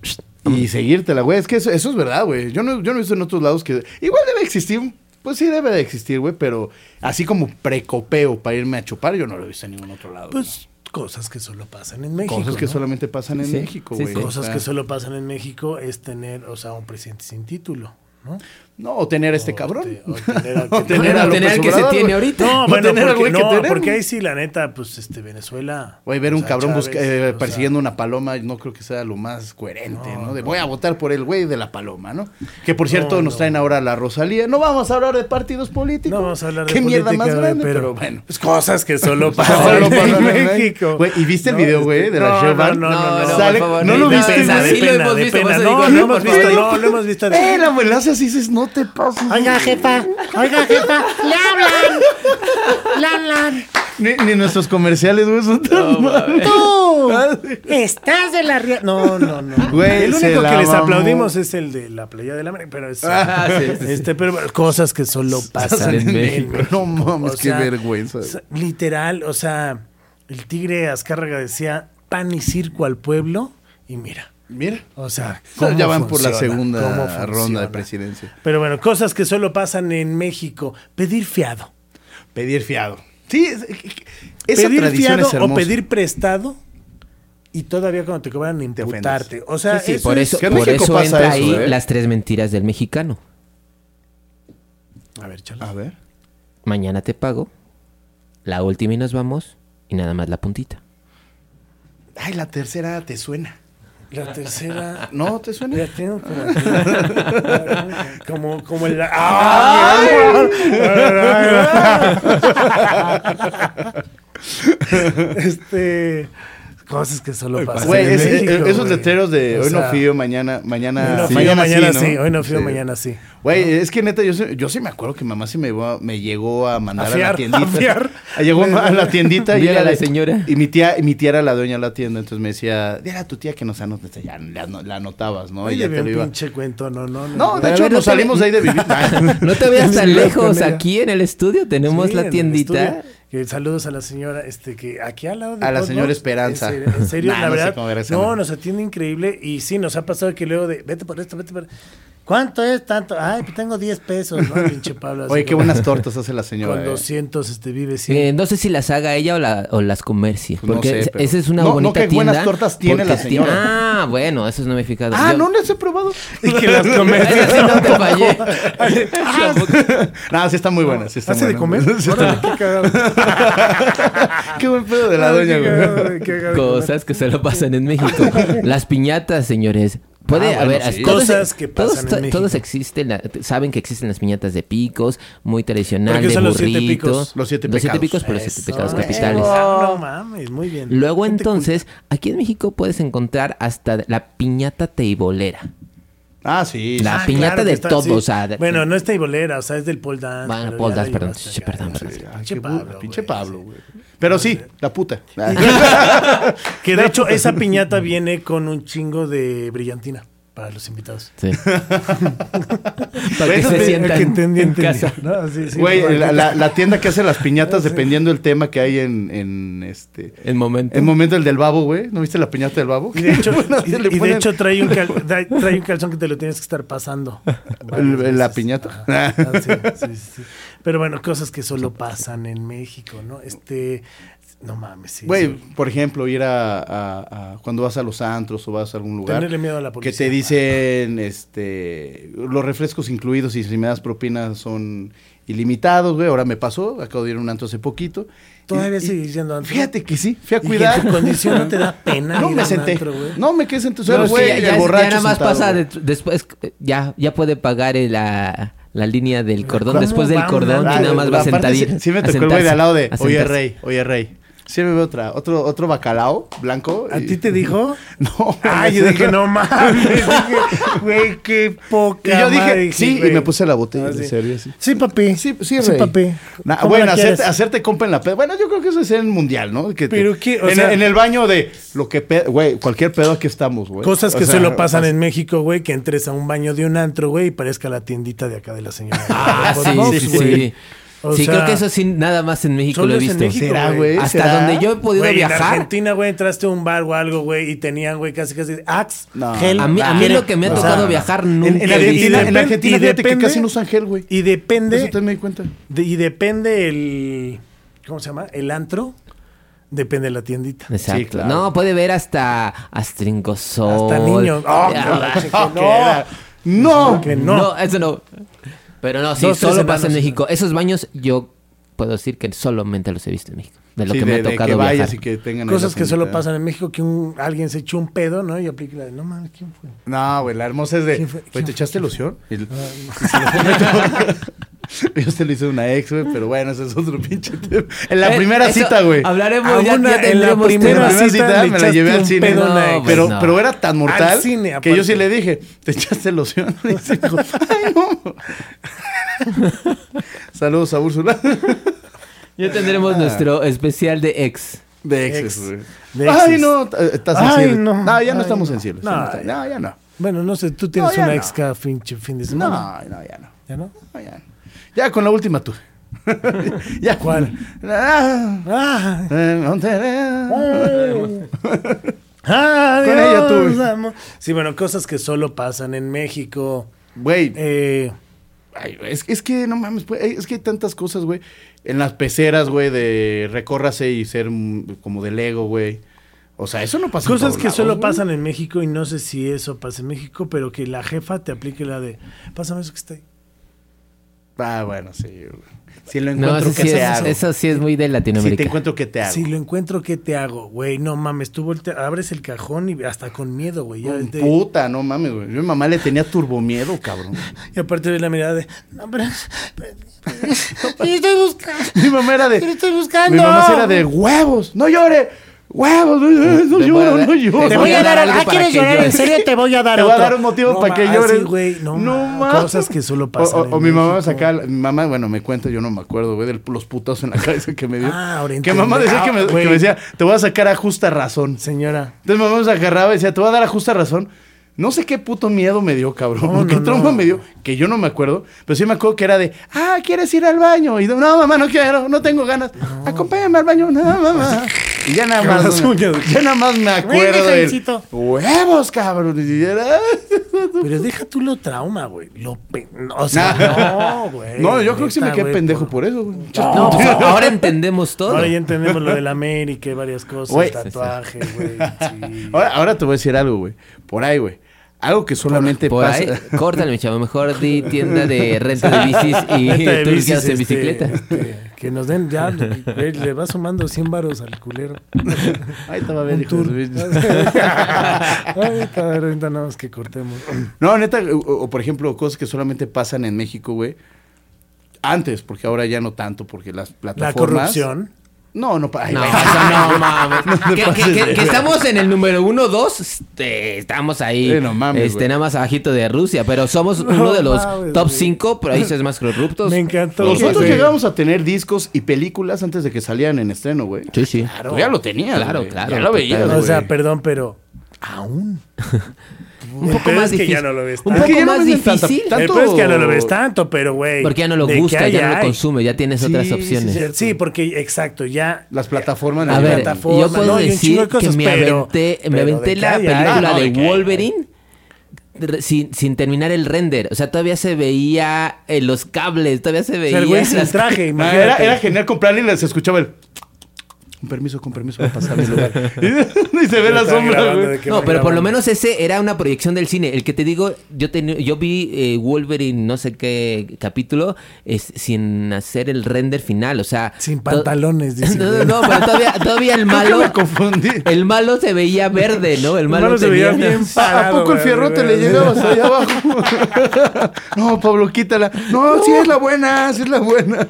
Speaker 4: Y seguírtela, güey. Es que eso, eso es verdad, güey. Yo no, yo no he visto en otros lados que. Igual debe existir. Pues sí, debe de existir, güey. Pero así como precopeo para irme a chupar, yo no lo he visto en ningún otro lado. güey.
Speaker 2: Pues cosas que solo pasan en México.
Speaker 4: Cosas que
Speaker 2: ¿no?
Speaker 4: solamente pasan en
Speaker 3: Sí,
Speaker 4: México,
Speaker 3: sí,
Speaker 4: güey.
Speaker 3: sí.
Speaker 4: O
Speaker 2: Cosas
Speaker 4: sea,
Speaker 2: que solo pasan en México es tener, o sea, un presidente sin título, ¿no?
Speaker 4: No, o tener a este
Speaker 2: O
Speaker 4: cabrón.
Speaker 2: te- o tener a-
Speaker 4: O tener
Speaker 3: Bueno,
Speaker 4: a López
Speaker 3: tener al que se
Speaker 4: Obrador,
Speaker 3: tiene
Speaker 4: güey.
Speaker 3: ahorita.
Speaker 2: No,
Speaker 4: O
Speaker 2: bueno,
Speaker 4: tener al
Speaker 2: porque,
Speaker 4: güey que
Speaker 2: no,
Speaker 4: tenemos.
Speaker 2: porque ahí sí, la neta, pues, este, Venezuela.
Speaker 4: Güey, ver
Speaker 2: o
Speaker 4: un
Speaker 2: sea,
Speaker 4: cabrón
Speaker 2: Chávez,
Speaker 4: busca- eh,
Speaker 2: o sea,
Speaker 4: persiguiendo una paloma, no creo que sea lo más coherente, ¿no? De, voy a votar por el güey de la paloma, ¿no? Que por cierto,
Speaker 2: No,
Speaker 4: nos
Speaker 2: no.
Speaker 4: traen ahora la Rosalía. No vamos a hablar de partidos políticos.
Speaker 2: No vamos a hablar de
Speaker 4: Qué mierda
Speaker 2: política,
Speaker 4: más
Speaker 2: güey,
Speaker 4: grande,
Speaker 2: pero,
Speaker 4: pero, bueno.
Speaker 2: pues, cosas que solo pasan
Speaker 4: Solo pasan
Speaker 2: en
Speaker 4: en
Speaker 2: México.
Speaker 4: Güey, ¿y viste el video, güey, de la
Speaker 2: no,
Speaker 4: Shea
Speaker 2: no,
Speaker 4: Van?
Speaker 2: no, no, no,
Speaker 4: no, Sale-
Speaker 2: por favor,
Speaker 4: ¿no
Speaker 2: de
Speaker 4: lo
Speaker 2: pena,
Speaker 4: viste,
Speaker 2: de
Speaker 4: güey?
Speaker 3: Sí lo
Speaker 2: pena,
Speaker 3: hemos
Speaker 2: de
Speaker 3: visto,
Speaker 2: pena.
Speaker 3: por eso
Speaker 2: No,
Speaker 3: digo,
Speaker 2: no
Speaker 3: no,
Speaker 2: hemos
Speaker 3: por
Speaker 2: visto,
Speaker 3: favor.
Speaker 2: no, lo hemos visto.
Speaker 4: Eh, la abuela hace así, dices, no te pases.
Speaker 1: Oiga, jefa, oiga, jefa, le hablan. Le hablan.
Speaker 4: Ni, ni nuestros comerciales, güey, son tan malos.
Speaker 1: Tú
Speaker 4: Ah,
Speaker 1: estás de la ria.
Speaker 2: No, no, no.
Speaker 4: Güey,
Speaker 2: el
Speaker 4: se
Speaker 2: único
Speaker 4: la
Speaker 2: que les
Speaker 4: mamó.
Speaker 2: aplaudimos es el de la playa de la América, pero es
Speaker 4: Ah,
Speaker 3: sí, sí, sí.
Speaker 2: este, pero bueno, cosas que solo pasan en
Speaker 3: en
Speaker 2: México.
Speaker 3: México.
Speaker 4: No mames,
Speaker 2: O
Speaker 4: qué
Speaker 2: sea,
Speaker 4: vergüenza.
Speaker 2: s- Literal, o sea, el tigre Azcárraga decía pan y circo al pueblo y mira,
Speaker 4: Mira.
Speaker 2: o sea, ¿cómo
Speaker 4: Ya van por la
Speaker 2: funciona? ¿Cómo
Speaker 4: segunda ronda de
Speaker 2: funciona?
Speaker 4: presidencia.
Speaker 2: Pero bueno, cosas que solo pasan en México, pedir fiado.
Speaker 4: Pedir fiado. Sí, es- esa
Speaker 2: pedir
Speaker 4: tradición
Speaker 2: fiado
Speaker 4: es hermosa.
Speaker 2: o pedir prestado y todavía cuando te cobran imputarte. O sea,
Speaker 3: Sí, sí,
Speaker 2: eso
Speaker 3: por
Speaker 2: es-
Speaker 3: eso,
Speaker 4: que en
Speaker 3: por
Speaker 4: México
Speaker 3: eso
Speaker 4: pasa
Speaker 3: entra ahí
Speaker 4: eso, ¿eh?
Speaker 3: las tres mentiras del mexicano.
Speaker 2: A ver, chalo.
Speaker 4: A ver.
Speaker 3: Mañana te pago, la última y nos vamos, y nada más la puntita.
Speaker 4: Ay, la tercera te suena.
Speaker 2: La tercera.
Speaker 4: ¿No te
Speaker 2: Ya
Speaker 4: suena?
Speaker 2: tengo como. como, como el. ¡Ah! este. Cosas que solo pasan.
Speaker 4: Güey,
Speaker 2: en
Speaker 4: es-
Speaker 2: México,
Speaker 4: eh, esos
Speaker 2: güey.
Speaker 4: letreros de
Speaker 2: O
Speaker 4: hoy
Speaker 2: sea,
Speaker 4: no fío, mañana, mañana,
Speaker 2: Hoy no fío,
Speaker 4: mañana,
Speaker 2: mañana
Speaker 4: sí,
Speaker 2: sí,
Speaker 4: ¿no?
Speaker 2: hoy no fío, mañana sí.
Speaker 4: Güey, es que neta, yo, sí- yo sí me acuerdo que mamá sí me, llevó a- me llegó a mandar
Speaker 2: A
Speaker 4: a,
Speaker 2: fiar,
Speaker 4: la tiendita.
Speaker 2: a fiar.
Speaker 4: Llegó a la tiendita y
Speaker 3: Dile
Speaker 4: era
Speaker 3: a la
Speaker 4: de-
Speaker 3: señora.
Speaker 4: Y mi tía, y mi tía era la dueña de la tienda, entonces me decía, dile a tu tía que nos anotes. Ya le ano- la anotabas, ¿no?
Speaker 2: Oye,
Speaker 4: y ya te
Speaker 2: bien
Speaker 4: lo iba.
Speaker 2: pinche cuento, no, no, no.
Speaker 4: No, de
Speaker 3: A
Speaker 4: hecho,
Speaker 3: ver, no
Speaker 4: nos
Speaker 3: te-
Speaker 4: salimos de ahí de vivir.
Speaker 3: No te veas
Speaker 2: Sí,
Speaker 3: tan
Speaker 2: sí, con
Speaker 3: lejos,
Speaker 2: ella.
Speaker 3: aquí en el estudio tenemos
Speaker 2: Sí, en
Speaker 3: la
Speaker 2: el
Speaker 3: tiendita.
Speaker 2: estudio. Que saludos a la señora, este, que aquí al lado de
Speaker 4: A la
Speaker 2: Hot
Speaker 4: señora
Speaker 2: Dogs,
Speaker 4: Esperanza.
Speaker 2: En serio, en serio,
Speaker 4: Nah,
Speaker 2: la
Speaker 4: no sé
Speaker 2: verdad.
Speaker 4: cómo era esa
Speaker 2: no,
Speaker 4: madre.
Speaker 2: nos atiende increíble. Y sí, nos ha pasado que luego de vete por esto, vete por. ¿Cuánto es tanto? Ay, pues tengo 10 pesos, ¿no? Pinche Pablo. así
Speaker 4: Oye, qué
Speaker 2: con-
Speaker 4: buenas tortas hace la señora.
Speaker 2: Con
Speaker 4: eh.
Speaker 2: 200 este, vive sin.
Speaker 3: Eh, no sé si las haga ella o, la- o las comercia.
Speaker 4: Pues No
Speaker 3: Porque
Speaker 4: sé,
Speaker 3: es-
Speaker 4: pero-
Speaker 3: esa es una
Speaker 4: No, no,
Speaker 3: bonita
Speaker 4: qué
Speaker 3: tienda.
Speaker 4: buenas tortas tiene
Speaker 3: porque
Speaker 4: la
Speaker 3: ti-
Speaker 4: señora.
Speaker 3: Ah, bueno, eso no me he fijado.
Speaker 4: Ah,
Speaker 3: Yo-
Speaker 4: no las he probado.
Speaker 2: Y que las
Speaker 3: Esa sí
Speaker 2: comercias.
Speaker 3: no te fallé.
Speaker 4: no, sí están muy buenas. Sí están
Speaker 2: Ah, ¿Hace de comer?
Speaker 4: buenas. Sí están
Speaker 2: Órale, qué cagado.
Speaker 4: buenas. Qué buen pedo de la doña,
Speaker 2: Qué
Speaker 4: güey.
Speaker 2: cagado, qué cagado.
Speaker 3: Cosas que solo pasan en México. Las piñatas, señores. Puede
Speaker 4: Ah, bueno,
Speaker 3: haber
Speaker 4: sí.
Speaker 3: todos-
Speaker 2: Cosas que
Speaker 3: todos-
Speaker 2: pasan en México.
Speaker 3: Todos existen, la- saben que existen las piñatas de picos, muy tradicional,
Speaker 2: Porque
Speaker 3: de
Speaker 2: son los
Speaker 3: burrito.
Speaker 2: siete picos.
Speaker 4: Los siete
Speaker 3: Los siete
Speaker 4: pecados.
Speaker 3: picos, pero los siete
Speaker 2: Eso,
Speaker 3: pecados
Speaker 2: güey.
Speaker 3: capitales.
Speaker 2: Ah, No mames, muy bien.
Speaker 3: Luego
Speaker 2: Gente
Speaker 3: entonces, aquí en México puedes encontrar hasta la piñata teibolera.
Speaker 4: Ah, sí.
Speaker 3: La-
Speaker 4: sí.
Speaker 2: culta.
Speaker 3: piñata de
Speaker 2: está-
Speaker 3: todo,
Speaker 2: sí.
Speaker 3: o sea, de-
Speaker 2: bueno, no es teibolera, o sea, es del pole dance.
Speaker 3: Bueno,
Speaker 2: pero
Speaker 3: pole
Speaker 2: ya
Speaker 3: dance,
Speaker 2: la
Speaker 3: perdón,
Speaker 2: llevaste
Speaker 3: sí,
Speaker 2: acá.
Speaker 3: perdón, perdón.
Speaker 2: Sí,
Speaker 4: Ay,
Speaker 2: Ah, Pinche
Speaker 4: qué
Speaker 2: Pablo,
Speaker 4: burro,
Speaker 2: güey.
Speaker 4: Pinche Pablo, güey. Pero sí, la puta.
Speaker 2: Que de
Speaker 4: pues.
Speaker 2: hecho esa piñata viene con un chingo de brillantina para los invitados.
Speaker 3: Sí. Para
Speaker 4: Bueno,
Speaker 3: que se
Speaker 4: sí,
Speaker 3: sientan
Speaker 2: que entendí,
Speaker 3: en
Speaker 2: entendí.
Speaker 3: casa.
Speaker 2: No, sí, sí,
Speaker 4: Güey,
Speaker 2: no,
Speaker 4: la,
Speaker 2: no.
Speaker 4: la- la tienda que hace las piñatas dependiendo del tema que hay en, en este.
Speaker 3: El momento.
Speaker 4: El momento el del babo, güey. ¿No viste la piñata del babo?
Speaker 2: Y de hecho, y-
Speaker 4: Le
Speaker 2: y de
Speaker 4: ponen
Speaker 2: hecho trae, un cal- da- trae un calzón que te lo tienes que estar pasando. varias
Speaker 4: el- la
Speaker 2: veces.
Speaker 4: piñata.
Speaker 2: Ah, sí, sí, sí. Pero bueno, cosas que solo pasan en México, ¿no? Este, no mames, sí.
Speaker 4: Güey,
Speaker 2: sí.
Speaker 4: por ejemplo, ir a, a- a- cuando vas a los antros o vas a algún lugar
Speaker 2: Tenerle miedo a la
Speaker 4: que
Speaker 2: policía.
Speaker 4: te dicen este los refrescos incluidos y si me das propina son ilimitados, güey. Ahora me pasó, acabo de ir a un antro hace poquito.
Speaker 2: Todavía
Speaker 4: Y- y-
Speaker 2: sigues yendo antro.
Speaker 4: Fíjate que sí, fui a
Speaker 2: Y que
Speaker 4: cuidar.
Speaker 2: en tu condición no te da pena
Speaker 4: No
Speaker 2: ir a
Speaker 4: me
Speaker 2: un
Speaker 4: senté.
Speaker 2: antro, güey.
Speaker 4: no me quedé sentado.
Speaker 3: No,
Speaker 4: Era el
Speaker 3: es que
Speaker 4: güey,
Speaker 3: ya,
Speaker 4: el
Speaker 3: ya- ya
Speaker 4: borracho
Speaker 3: nada más
Speaker 4: sentado,
Speaker 3: pasa
Speaker 4: güey.
Speaker 3: de- después, eh, ya, ya puede pagar el- la, la línea del cordón,
Speaker 2: ¿Cómo
Speaker 3: después del
Speaker 2: va un
Speaker 3: cordón, y
Speaker 2: antro?
Speaker 3: nada más va a
Speaker 4: Aparte,
Speaker 3: sentar.
Speaker 4: Sí, sí me tocó el güey de al lado de, oye rey, oye rey. Sí me veo otra, otro, otro bacalao blanco.
Speaker 2: ¿A
Speaker 4: y-
Speaker 2: ti te dijo?
Speaker 4: No.
Speaker 2: Ay, yo dije, no mames. Dije, Güey, qué
Speaker 4: Y
Speaker 2: poca
Speaker 4: yo dije,
Speaker 2: madre",
Speaker 4: sí,
Speaker 2: güey.
Speaker 4: y me puse la botella
Speaker 2: Ah,
Speaker 4: de
Speaker 2: sí.
Speaker 4: serio, sí.
Speaker 2: Sí, papi.
Speaker 4: Sí, pues, sí, rey.
Speaker 2: papi.
Speaker 4: Na-
Speaker 2: ¿Cómo
Speaker 4: bueno,
Speaker 2: la quieres?
Speaker 4: hacerte, hacerte compa en la peda. Bueno, yo creo que eso es en el mundial, ¿no? Que te-
Speaker 2: Pero qué, o
Speaker 4: en,
Speaker 2: sea-
Speaker 4: en el baño de lo que pe- güey, cualquier pedo aquí estamos, güey.
Speaker 2: Cosas
Speaker 4: O
Speaker 2: que
Speaker 4: sea,
Speaker 2: solo pasan en México, güey, que entres a un baño de un antro, güey, y parezca la tiendita de acá de la señora.
Speaker 3: Ah,
Speaker 2: Por
Speaker 3: sí,
Speaker 2: Dios,
Speaker 3: sí, sí.
Speaker 2: güey. O
Speaker 3: sí,
Speaker 2: sea,
Speaker 3: creo que eso sí, nada más en México
Speaker 2: solo
Speaker 3: lo
Speaker 2: es
Speaker 3: he
Speaker 2: en
Speaker 3: visto.
Speaker 2: México,
Speaker 4: ¿Será, güey?
Speaker 3: Hasta
Speaker 4: ¿eh? ¿Será?
Speaker 3: donde yo he podido
Speaker 2: Güey, En
Speaker 3: viajar.
Speaker 2: Argentina, güey, entraste a un bar o algo, güey, y tenían, güey, casi casi Axe,
Speaker 4: No.
Speaker 2: gel,
Speaker 3: A mí, a mí
Speaker 2: gel.
Speaker 3: lo que me ha
Speaker 2: O sea,
Speaker 3: tocado viajar nunca
Speaker 4: En, en
Speaker 3: he visto.
Speaker 4: Argentina,
Speaker 2: Y
Speaker 4: en
Speaker 2: depen-
Speaker 4: Argentina,
Speaker 2: y
Speaker 4: fíjate que
Speaker 2: depende-
Speaker 4: casi no usan gel, güey.
Speaker 2: Y depende.
Speaker 4: Eso te me di cuenta.
Speaker 2: de- y depende el. ¿Cómo se llama? El antro. Depende de la tiendita.
Speaker 3: Exacto.
Speaker 4: Sí, claro.
Speaker 3: No, puede ver hasta astringosol.
Speaker 2: Hasta niños. Oh,
Speaker 3: Ah,
Speaker 2: no,
Speaker 4: Ah, que era- No.
Speaker 2: que
Speaker 3: no.
Speaker 2: no.
Speaker 3: eso no. Pero no, sí,
Speaker 2: Dos, tres
Speaker 3: solo pasa en
Speaker 2: enanos.
Speaker 3: México. Esos baños yo puedo decir que solamente los he visto en México. De lo
Speaker 4: Sí,
Speaker 3: que me
Speaker 4: de-
Speaker 3: ha
Speaker 4: de
Speaker 3: tocado
Speaker 4: que vayas
Speaker 3: viajar.
Speaker 4: y que tengan ahí
Speaker 2: Cosas
Speaker 4: la
Speaker 2: que solo
Speaker 4: sanita.
Speaker 2: pasan en México que un, alguien se echó un pedo, ¿no? Y aplica la de, no mames, ¿quién fue?
Speaker 4: No, güey, la hermosa es de.
Speaker 2: ¿Quién fue?
Speaker 4: Güey,
Speaker 2: ¿Quién fue?
Speaker 4: ¿te
Speaker 2: Ah,
Speaker 4: echaste ilusión? Yo te lo hice una ex, güey, pero bueno, ese es otro pinche tema. En la
Speaker 3: Eh,
Speaker 4: primera
Speaker 3: eso
Speaker 4: cita, güey.
Speaker 3: Hablaremos
Speaker 2: A
Speaker 3: ya,
Speaker 2: una-
Speaker 3: ya
Speaker 2: en la
Speaker 3: tendremos
Speaker 4: En la
Speaker 2: primera
Speaker 3: tema.
Speaker 2: cita
Speaker 4: primera cita
Speaker 2: le
Speaker 4: me la llevé
Speaker 2: echaste
Speaker 4: al
Speaker 2: un
Speaker 4: cine.
Speaker 2: pedo
Speaker 4: No,
Speaker 2: a una ex.
Speaker 4: pero,
Speaker 3: Pues no.
Speaker 4: pero era tan mortal
Speaker 2: Al cine,
Speaker 4: que yo sí
Speaker 2: aparte.
Speaker 4: le dije, te echaste loción. Y se dijo, "Ay, no". Saludos a Úrsula.
Speaker 3: Ya
Speaker 4: Ah.
Speaker 3: tendremos nuestro especial de ex.
Speaker 4: De
Speaker 2: Ex.
Speaker 4: exes, güey.
Speaker 2: De
Speaker 4: Ay,
Speaker 2: exes.
Speaker 4: no, t- estás
Speaker 2: Ay,
Speaker 4: sensible.
Speaker 2: no.
Speaker 4: No, ya no
Speaker 2: Ay,
Speaker 4: estamos
Speaker 2: no.
Speaker 4: sensibles.
Speaker 2: No,
Speaker 4: No, no, ya no.
Speaker 2: Bueno, no sé, tú tienes
Speaker 4: No, ya
Speaker 2: una
Speaker 4: no.
Speaker 2: ex cada fin, fin de
Speaker 4: No,
Speaker 2: semana.
Speaker 4: no, ya no.
Speaker 2: ¿Ya no?
Speaker 4: No, ya, no. Ya, con la última tú. ya.
Speaker 2: ¿Cuál?
Speaker 4: Ah,
Speaker 2: Ah,
Speaker 4: eh, Monterrey.
Speaker 2: adiós,
Speaker 4: ella tú.
Speaker 2: amor. Sí, bueno, cosas que solo pasan en México.
Speaker 4: Güey,
Speaker 2: Eh,
Speaker 4: ay, es, es que no mames, güey, es que hay tantas cosas, güey. En las peceras, güey, de recórrase y ser mm, como de Lego, güey. O sea, eso no pasa en
Speaker 2: cosas
Speaker 4: todos
Speaker 2: que solo
Speaker 4: lados, güey.
Speaker 2: pasan en México y no sé si eso pasa en México, pero que la jefa te aplique la de, pásame eso que está ahí.
Speaker 4: Ah, bueno, sí. güey. Si lo
Speaker 3: No,
Speaker 4: encuentro,
Speaker 3: eso
Speaker 4: que
Speaker 3: sí,
Speaker 4: te
Speaker 3: es,
Speaker 4: hago.
Speaker 3: eso sí es muy de
Speaker 4: si te
Speaker 3: Latinoamérica.
Speaker 4: encuentro, que te hago?
Speaker 2: Si lo encuentro, ¿qué te hago? Güey, no mames, tú voltea- abres el cajón y hasta con miedo, güey. Ya te-
Speaker 4: Puta, no mames, güey. Yo a mi mamá le tenía turbomiedo, cabrón.
Speaker 2: Y aparte de la mirada de, no, pero... pero- yo estoy buscando.
Speaker 4: Mi mamá era de.
Speaker 2: Pero estoy buscando.
Speaker 4: Mi mamá sí era de huevos, no llore. Huevos, no, llore, no
Speaker 3: Te voy a dar- te
Speaker 4: lloro, no lloro.
Speaker 3: voy a dar
Speaker 2: "Ah,
Speaker 3: algo para que llores.
Speaker 2: Te voy a dar
Speaker 4: Te voy a
Speaker 2: otro.
Speaker 4: dar un motivo
Speaker 2: No
Speaker 4: para que
Speaker 2: ma-
Speaker 4: llores.
Speaker 2: sí, güey, no, ma-
Speaker 4: ma-
Speaker 2: Cosas que
Speaker 4: O-
Speaker 2: solo pasan
Speaker 4: O,
Speaker 2: en
Speaker 4: o mi mamá
Speaker 2: México.
Speaker 4: sacaba, mi mamá, bueno, me cuenta, yo no me acuerdo, güey, de los putos en la cabeza que me dio.
Speaker 2: Ah, ahora
Speaker 4: que mamá
Speaker 2: entendí.
Speaker 4: decía que me,
Speaker 2: Ah,
Speaker 4: que
Speaker 2: güey.
Speaker 4: me decía, te voy a sacar a justa razón.
Speaker 2: Señora.
Speaker 4: Entonces mamá nos agarraba y decía, te voy a dar a justa razón. No sé qué puto miedo me dio, cabrón.
Speaker 2: No,
Speaker 4: qué
Speaker 2: no,
Speaker 4: trauma
Speaker 2: no.
Speaker 4: me dio, que yo no me acuerdo. Pero sí me acuerdo que era de, ah, ¿quieres ir al baño? Y de, no, mamá, no quiero, no tengo ganas. Acompáñame al baño, no, mamá. Y ya nada más.
Speaker 2: las uñas.
Speaker 4: Ya nada más me acuerdo.
Speaker 1: Venga,
Speaker 4: del,
Speaker 1: Jaimcito.
Speaker 4: Huevos, cabrón. Y era-
Speaker 2: Pero deja tú lo trauma, güey. Lo pe- O sea, no, güey.
Speaker 4: No, yo creo que sí me
Speaker 2: Neta,
Speaker 4: quedé
Speaker 2: güey,
Speaker 4: pendejo
Speaker 2: por-
Speaker 4: por eso, güey.
Speaker 3: No, pues, ahora entendemos todo.
Speaker 2: Ahora ya entendemos lo del América y varias cosas.
Speaker 4: Güey.
Speaker 2: Tatuaje, güey. sí.
Speaker 4: Ahora, ahora te voy a decir algo, güey. Por ahí, güey. Algo que solamente
Speaker 3: Por
Speaker 4: pasa.
Speaker 3: ahí, córtale, mi chavo. Mejor di tienda de renta de bicis y
Speaker 2: Venta de
Speaker 3: tú
Speaker 2: bicis,
Speaker 3: quedas en
Speaker 2: este,
Speaker 3: bicicleta.
Speaker 2: este, que nos den ya, güey, le va sumando 100 varos al culero.
Speaker 4: Ahí te va a ver, hijo
Speaker 2: tour.
Speaker 4: de su-
Speaker 2: Ay, cabrón, ahorita nada más que cortemos.
Speaker 4: No, neta, o, o por ejemplo, cosas que solamente pasan en México, güey. Antes, porque ahora ya no tanto, porque las
Speaker 2: La
Speaker 4: plataformas.
Speaker 2: corrupción.
Speaker 4: No, no, pa- ay,
Speaker 3: No,
Speaker 4: güey.
Speaker 3: eso no mames.
Speaker 4: te
Speaker 3: que,
Speaker 4: pases
Speaker 3: que-
Speaker 4: de
Speaker 3: que- que
Speaker 4: verga.
Speaker 3: estamos en el número uno, dos, este, estamos ahí.
Speaker 4: Sí, no mames,
Speaker 3: este,
Speaker 4: güey.
Speaker 3: nada más abajito de Rusia, pero somos
Speaker 2: No
Speaker 3: uno de los
Speaker 2: mames,
Speaker 3: top
Speaker 2: güey.
Speaker 3: 5 países más corruptos.
Speaker 2: Me encantó.
Speaker 4: Nosotros
Speaker 2: güey.
Speaker 4: llegamos a tener discos y películas antes de que salían en estreno, güey.
Speaker 3: Sí, sí.
Speaker 4: Tú ya lo tenías.
Speaker 3: Claro, Pues
Speaker 4: güey.
Speaker 3: claro,
Speaker 4: Ya lo veías.
Speaker 3: total.
Speaker 4: güey.
Speaker 2: O sea, perdón, pero aún.
Speaker 3: Un poco
Speaker 2: Pero
Speaker 3: más
Speaker 2: es que
Speaker 3: difícil.
Speaker 2: ya no lo ves
Speaker 3: Un
Speaker 2: tanto.
Speaker 3: poco
Speaker 4: Es que ya no
Speaker 3: más
Speaker 4: me hacen tanta-
Speaker 3: difícil.
Speaker 4: tan-
Speaker 2: El
Speaker 4: Tanto-
Speaker 2: peor es que ya no lo ves tanto, pero güey.
Speaker 3: Porque ya no lo
Speaker 2: de que
Speaker 3: gusta, ya
Speaker 2: hay,
Speaker 3: no lo
Speaker 2: hay.
Speaker 3: consume, ya tienes
Speaker 4: Sí,
Speaker 3: otras
Speaker 4: sí,
Speaker 3: opciones.
Speaker 4: sí,
Speaker 2: Sí, porque exacto, ya.
Speaker 4: Las plataformas.
Speaker 3: A
Speaker 4: de-
Speaker 3: ver,
Speaker 2: plataforma,
Speaker 3: yo puedo
Speaker 2: ¿no? Y un
Speaker 3: decir
Speaker 2: chingo de cosas,
Speaker 3: que me
Speaker 2: pero-
Speaker 3: aventé, me
Speaker 2: pero
Speaker 3: aventé
Speaker 2: de
Speaker 3: la
Speaker 2: calle,
Speaker 3: película
Speaker 4: ah, no,
Speaker 3: de
Speaker 4: de calle.
Speaker 3: Wolverine re- sin, sin terminar el render. O sea, todavía se veía eh, los cables, todavía se
Speaker 2: o
Speaker 3: veía...
Speaker 2: sea, el güey sin
Speaker 3: las-
Speaker 2: traje,
Speaker 4: Ah, era,
Speaker 2: imagínate.
Speaker 4: era genial comprarle y les escuchaba el. Con permiso, con permiso, voy a pasar a mi lugar. y se ve la
Speaker 2: Estaba
Speaker 4: sombra,
Speaker 2: grabando
Speaker 4: güey.
Speaker 2: de que
Speaker 3: No,
Speaker 2: van
Speaker 3: pero por lo
Speaker 2: grabando.
Speaker 3: menos ese era una proyección del cine. El que te digo, yo teni- yo vi eh, Wolverine no sé qué capítulo es, sin hacer el render final, o sea...
Speaker 2: Sin
Speaker 3: to-
Speaker 2: pantalones, dice.
Speaker 3: No, no, no, pero todavía, todavía el
Speaker 4: Creo que
Speaker 3: malo...
Speaker 4: me confundí.
Speaker 3: El malo se veía verde, ¿no? El malo,
Speaker 2: malo se veía
Speaker 3: tenía-
Speaker 2: bien
Speaker 4: ¿A- ¿A
Speaker 2: Parado,
Speaker 4: poco el
Speaker 2: güey,
Speaker 4: fierrote
Speaker 2: güey.
Speaker 4: le llegabas allá abajo? no, Pablo, quítala. No, sí es la buena, sí es la buena.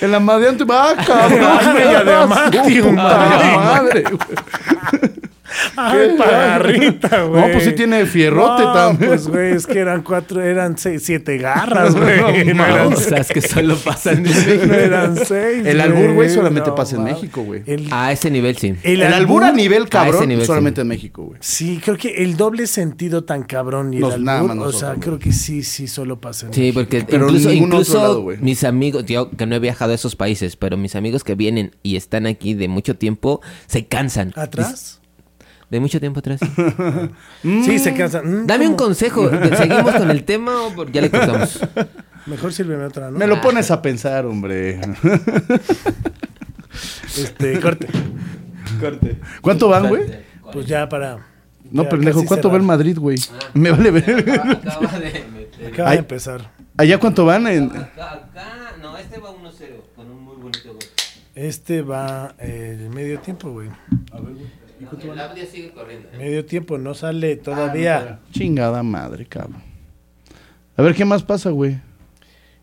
Speaker 4: El amadeante va, cabrón.
Speaker 2: Ay, de
Speaker 4: Puta
Speaker 2: adamantium, madre.
Speaker 4: madre, güey.
Speaker 2: Ay, pagarrita, güey.
Speaker 4: No, pues sí tiene fierrote
Speaker 2: No,
Speaker 4: también.
Speaker 2: Pues, güey, es que eran cuatro, eran seis, siete garras, güey. No, eran seis.
Speaker 3: Cosas que solo pasan en
Speaker 2: No eran seis.
Speaker 4: El albur, güey, solamente
Speaker 2: no,
Speaker 4: pasa en
Speaker 2: mames.
Speaker 4: México, güey. Ah,
Speaker 2: El,
Speaker 3: A ese nivel, sí.
Speaker 4: El albur a nivel cabrón
Speaker 3: ese nivel,
Speaker 4: solamente en México, güey.
Speaker 2: Sí, creo que el doble sentido tan cabrón y el
Speaker 4: Nos-
Speaker 2: albur,
Speaker 4: nada más
Speaker 2: o sea,
Speaker 4: nosotros,
Speaker 2: creo que sí, sí, solo pasa en
Speaker 3: Sí, porque
Speaker 4: Pero
Speaker 3: incluso,
Speaker 4: ningún otro
Speaker 3: incluso
Speaker 4: lado, güey.
Speaker 3: mis amigos, yo que no he viajado a esos países, pero mis amigos que vienen y están aquí de mucho tiempo, se cansan.
Speaker 2: ¿Atrás?
Speaker 3: De mucho tiempo atrás.
Speaker 2: Sí, se cansan. Mm,
Speaker 3: Dame un
Speaker 2: ¿cómo?
Speaker 3: consejo. ¿Seguimos con el tema o por- ya le cortamos?
Speaker 2: Mejor sírveme otra, ¿no?
Speaker 4: Me lo pones a pensar, hombre.
Speaker 2: Este, corte.
Speaker 4: ¿Cuánto van, güey?
Speaker 2: Pues ya para...
Speaker 4: No,
Speaker 2: ya
Speaker 4: pendejo,
Speaker 2: casi
Speaker 4: ¿cuánto va
Speaker 2: cerrar.
Speaker 4: el Madrid, güey? Me vale ver.
Speaker 3: Acaba de meter.
Speaker 2: Acaba
Speaker 4: Ay.
Speaker 2: de empezar.
Speaker 4: ¿Allá cuánto van? En...
Speaker 3: Acá, no, este va 1-0 con un muy bonito gol.
Speaker 2: Este va eh, el medio tiempo, güey.
Speaker 3: el audio sigue corriendo.
Speaker 2: Medio tiempo, no sale
Speaker 3: Ah,
Speaker 2: todavía.
Speaker 4: Chingada madre, cabrón. A ver, ¿qué más pasa, güey?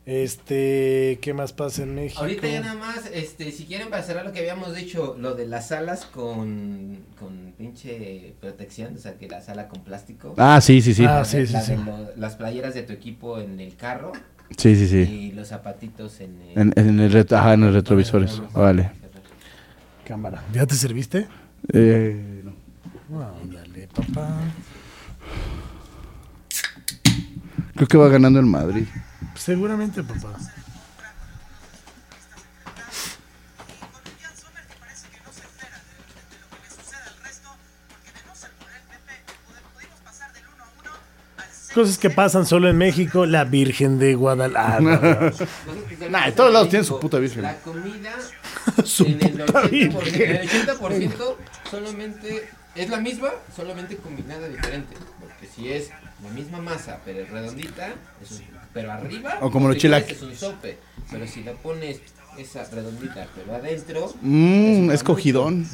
Speaker 2: Este, ¿qué más pasa en México?
Speaker 3: Ahorita ya nada más, este, si quieren para cerrar lo que habíamos dicho, lo de las alas con, con pinche protección, o sea, que la sala con plástico.
Speaker 4: Ah, sí, sí, sí.
Speaker 2: Ah,
Speaker 3: La
Speaker 2: sí,
Speaker 3: de-
Speaker 2: sí,
Speaker 3: la
Speaker 2: sí.
Speaker 3: de lo- las playeras de tu equipo en el carro
Speaker 4: Sí, sí, sí.
Speaker 3: y los zapatitos en el...
Speaker 4: En, en el retro, ajá, en los retrovisores.
Speaker 2: Ah,
Speaker 4: Vale. Cámara.
Speaker 2: ¿Ya te serviste?
Speaker 4: Eh, no.
Speaker 2: Ándale, papá.
Speaker 4: Creo que va ganando el Madrid.
Speaker 2: Seguramente, papá. Cosas que pasan solo en México, la Virgen de Guadalajara.
Speaker 4: Nah, en todos lados tienen su puta virgen.
Speaker 3: La comida
Speaker 2: Su
Speaker 3: en el
Speaker 2: puta
Speaker 3: 80%,
Speaker 2: virgen.
Speaker 3: en el 80% solamente es la misma, solamente combinada diferente. Porque si es la misma masa, pero es redondita, es un- pero arriba,
Speaker 4: O como los
Speaker 3: te quieres,
Speaker 4: chilaquiles.
Speaker 3: es un sope. Pero si la pones esa redondita, pero adentro,
Speaker 4: Mmm,
Speaker 3: un
Speaker 4: es cogidón.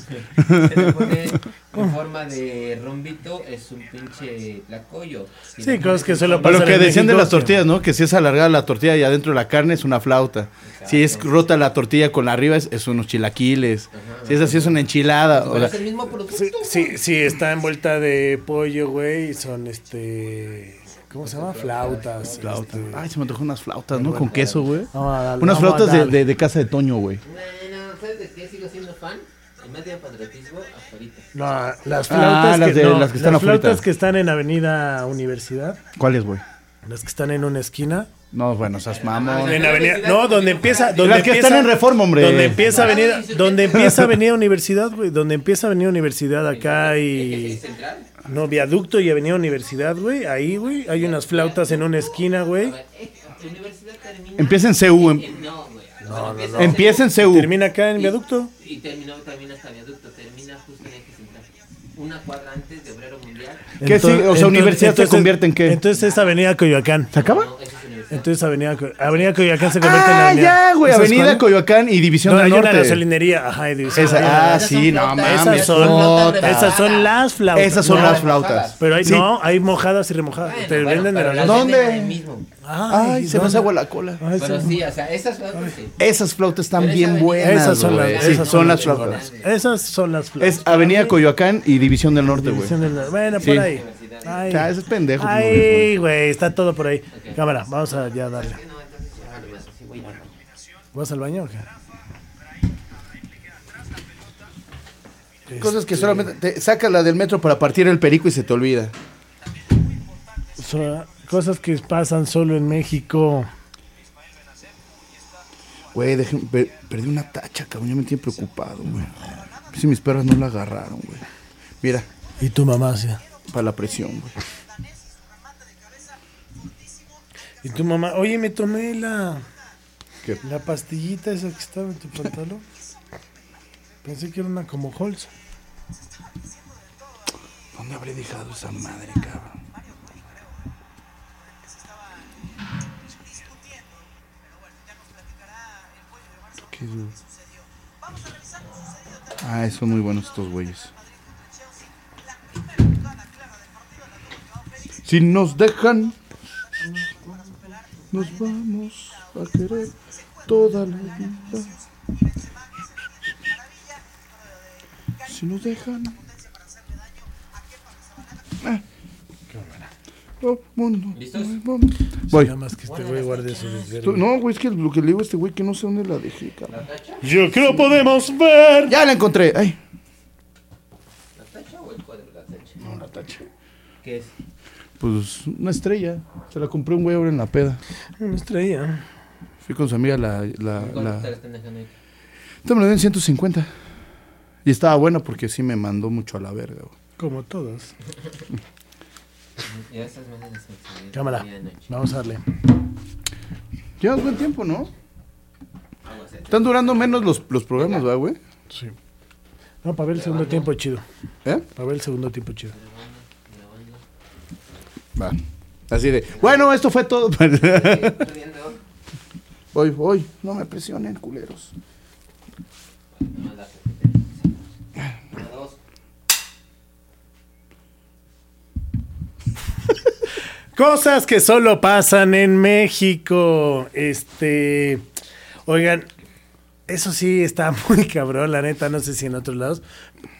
Speaker 3: tamuco. Si la pones en forma de rombito, es un pinche tlacoyo.
Speaker 2: Sí,
Speaker 3: Si la pones
Speaker 2: cosas que
Speaker 3: en
Speaker 2: solo
Speaker 4: Para
Speaker 2: pasan
Speaker 4: lo que
Speaker 2: en
Speaker 4: decían de
Speaker 2: México,
Speaker 4: las
Speaker 2: que-
Speaker 4: tortillas, ¿no? Que si es alargada la tortilla y adentro la carne es una flauta. Si es rota la tortilla con la arriba es, es unos chilaquiles. Si es así es una enchilada. O
Speaker 3: Pero
Speaker 4: sea,
Speaker 3: es el mismo producto.
Speaker 2: Sí, sí, sí, está envuelta de pollo, güey. y Son este. ¿Cómo se llama? Flautas.
Speaker 4: flauta.
Speaker 2: este.
Speaker 4: Ay, se me antojó unas flautas, ¿no? Con queso, güey.
Speaker 2: Vamos a darle, vamos
Speaker 4: Unas
Speaker 2: a
Speaker 4: flautas de,
Speaker 2: darle.
Speaker 4: de- de casa de Toño, güey.
Speaker 3: Bueno, ¿sabes de qué sigo siendo fan? En vez de patriotismo, afuera.
Speaker 2: No, las flautas,
Speaker 4: Ah, las
Speaker 2: que,
Speaker 4: de-
Speaker 2: no,
Speaker 4: las que están
Speaker 2: las flautas
Speaker 4: afuera.
Speaker 2: que están en Avenida Universidad.
Speaker 4: ¿Cuáles, güey?
Speaker 2: Las que están en una esquina.
Speaker 4: No, bueno, seas mamón.
Speaker 2: En avenida, no, donde empieza. Donde
Speaker 4: Las que
Speaker 2: empieza-
Speaker 4: están en Reforma, hombre.
Speaker 2: Donde empieza Avenida, donde empieza Avenida Universidad, güey. Donde empieza Avenida Universidad acá y. No, Viaducto y Avenida Universidad, güey. Ahí, güey. Hay unas flautas en una esquina, güey.
Speaker 6: universidad termina.
Speaker 4: Empieza en CU. em-
Speaker 6: Eh, No, güey.
Speaker 4: Empieza en CU.
Speaker 2: Termina acá en Viaducto.
Speaker 6: Y terminó también hasta viaducto. Termina justo en Eje Central. Una cuadra antes de Obrero Mundial.
Speaker 4: ¿Qué sigue? O sea, universidad se convierte en qué?
Speaker 2: Entonces es Avenida Coyoacán.
Speaker 4: ¿Se acaba?
Speaker 6: No, esa es universidad.
Speaker 2: Entonces Avenida, Co- Avenida Coyoacán se convierte en la
Speaker 4: Ah,
Speaker 2: avenida.
Speaker 4: ya, güey.
Speaker 2: ¿Sabes
Speaker 4: Avenida
Speaker 2: cuál?
Speaker 4: Coyoacán y División
Speaker 2: No,
Speaker 4: del
Speaker 2: hay una
Speaker 4: Norte.
Speaker 2: gasolinería. Ajá, y división.
Speaker 4: Esa, ah, sí, no mames.
Speaker 2: Esas son,
Speaker 4: puta.
Speaker 2: esas son las flautas.
Speaker 4: Esas son
Speaker 2: No,
Speaker 4: las flautas.
Speaker 2: Pero hay,
Speaker 4: Sí.
Speaker 2: no, hay mojadas y remojadas. Te
Speaker 6: Bueno,
Speaker 2: venden de
Speaker 6: pero
Speaker 2: las
Speaker 6: las
Speaker 2: dos.
Speaker 4: ¿Dónde?
Speaker 6: venden ahí mismo.
Speaker 4: Ay, se me hace agua la cola.
Speaker 2: Ay,
Speaker 6: Pero
Speaker 2: sí.
Speaker 6: sí, o sea, esas flautas sí.
Speaker 4: Esas flautas están
Speaker 6: Pero esa
Speaker 4: bien
Speaker 6: avenida-
Speaker 4: buenas.
Speaker 2: Esas son las,
Speaker 4: güey.
Speaker 2: esas
Speaker 4: Sí,
Speaker 2: son
Speaker 4: son las
Speaker 2: chingonas.
Speaker 4: flautas.
Speaker 2: Esas son las flautas.
Speaker 4: Es Avenida Coyoacán y División del Norte, güey.
Speaker 2: División del- Bueno,
Speaker 4: Sí.
Speaker 2: por ahí. Ay,
Speaker 4: O sea, ese es pendejo,
Speaker 2: Ay, güey, está todo por ahí. Cámara, vamos a ya darle. ¿Vas al baño o qué?
Speaker 4: Cosas
Speaker 2: este,
Speaker 4: que solamente
Speaker 2: eh,
Speaker 4: te saca la del metro para partir el perico y se te olvida.
Speaker 2: So- cosas que pasan solo en México.
Speaker 4: Güey, dejen- per- perdí una tacha, cabrón. Yo me tiene preocupado, güey. Si mis perras no la agarraron, güey. Mira,
Speaker 2: Y tu mamá, sí.
Speaker 4: para la presión, güey.
Speaker 2: Y tu mamá, oye, me tomé la,
Speaker 4: ¿Qué?
Speaker 2: la pastillita esa que estaba en tu pantalón. Pensé que era una como Holz.
Speaker 4: ¿Dónde habré dejado esa madre, cabrón? ¿Esto qué es, güey? Ah, son muy buenos estos güeyes. Si nos dejan, nos vamos a querer toda la vida. Si nos dejan, Ah. Oh, mundo. mundo. Voy.
Speaker 2: Nada más que este güey guarde su desvelo.
Speaker 4: Tú- No, güey, es que lo que le digo a este güey que no sé dónde la dejé, cabrón.
Speaker 2: Yo creo podemos ver.
Speaker 4: Ya la encontré. Ay.
Speaker 6: ¿La tacha o el cuadro de la tacha?
Speaker 4: No, la tacha.
Speaker 6: ¿Qué es?
Speaker 4: Pues una estrella. Se la compré un güey ahora en la peda.
Speaker 2: Una estrella.
Speaker 4: Fui con su amiga la. la,
Speaker 6: ¿Cuánto te la
Speaker 4: la...
Speaker 6: están dejando ahí?
Speaker 4: Esta me lo dio en 150. Y estaba buena porque sí me mandó mucho a la verga, güey.
Speaker 2: Como todos.
Speaker 6: Ya esas mandan las enseñanzas
Speaker 2: Cámara.
Speaker 6: de noche.
Speaker 2: Vamos a darle.
Speaker 4: Llevas buen tiempo, ¿no? Están durando menos los, los programas, ¿verdad, güey?
Speaker 2: Sí. No, para ver el segundo tiempo chido.
Speaker 4: ¿Eh?
Speaker 2: Para ver el segundo tiempo chido.
Speaker 4: Va. Así de. Bueno, esto fue todo. Voy, voy. No me presionen, culeros.
Speaker 6: Una, dos.
Speaker 2: Cosas que solo pasan en México. Este. Oigan, eso sí está muy cabrón, la neta, no sé si en otros lados.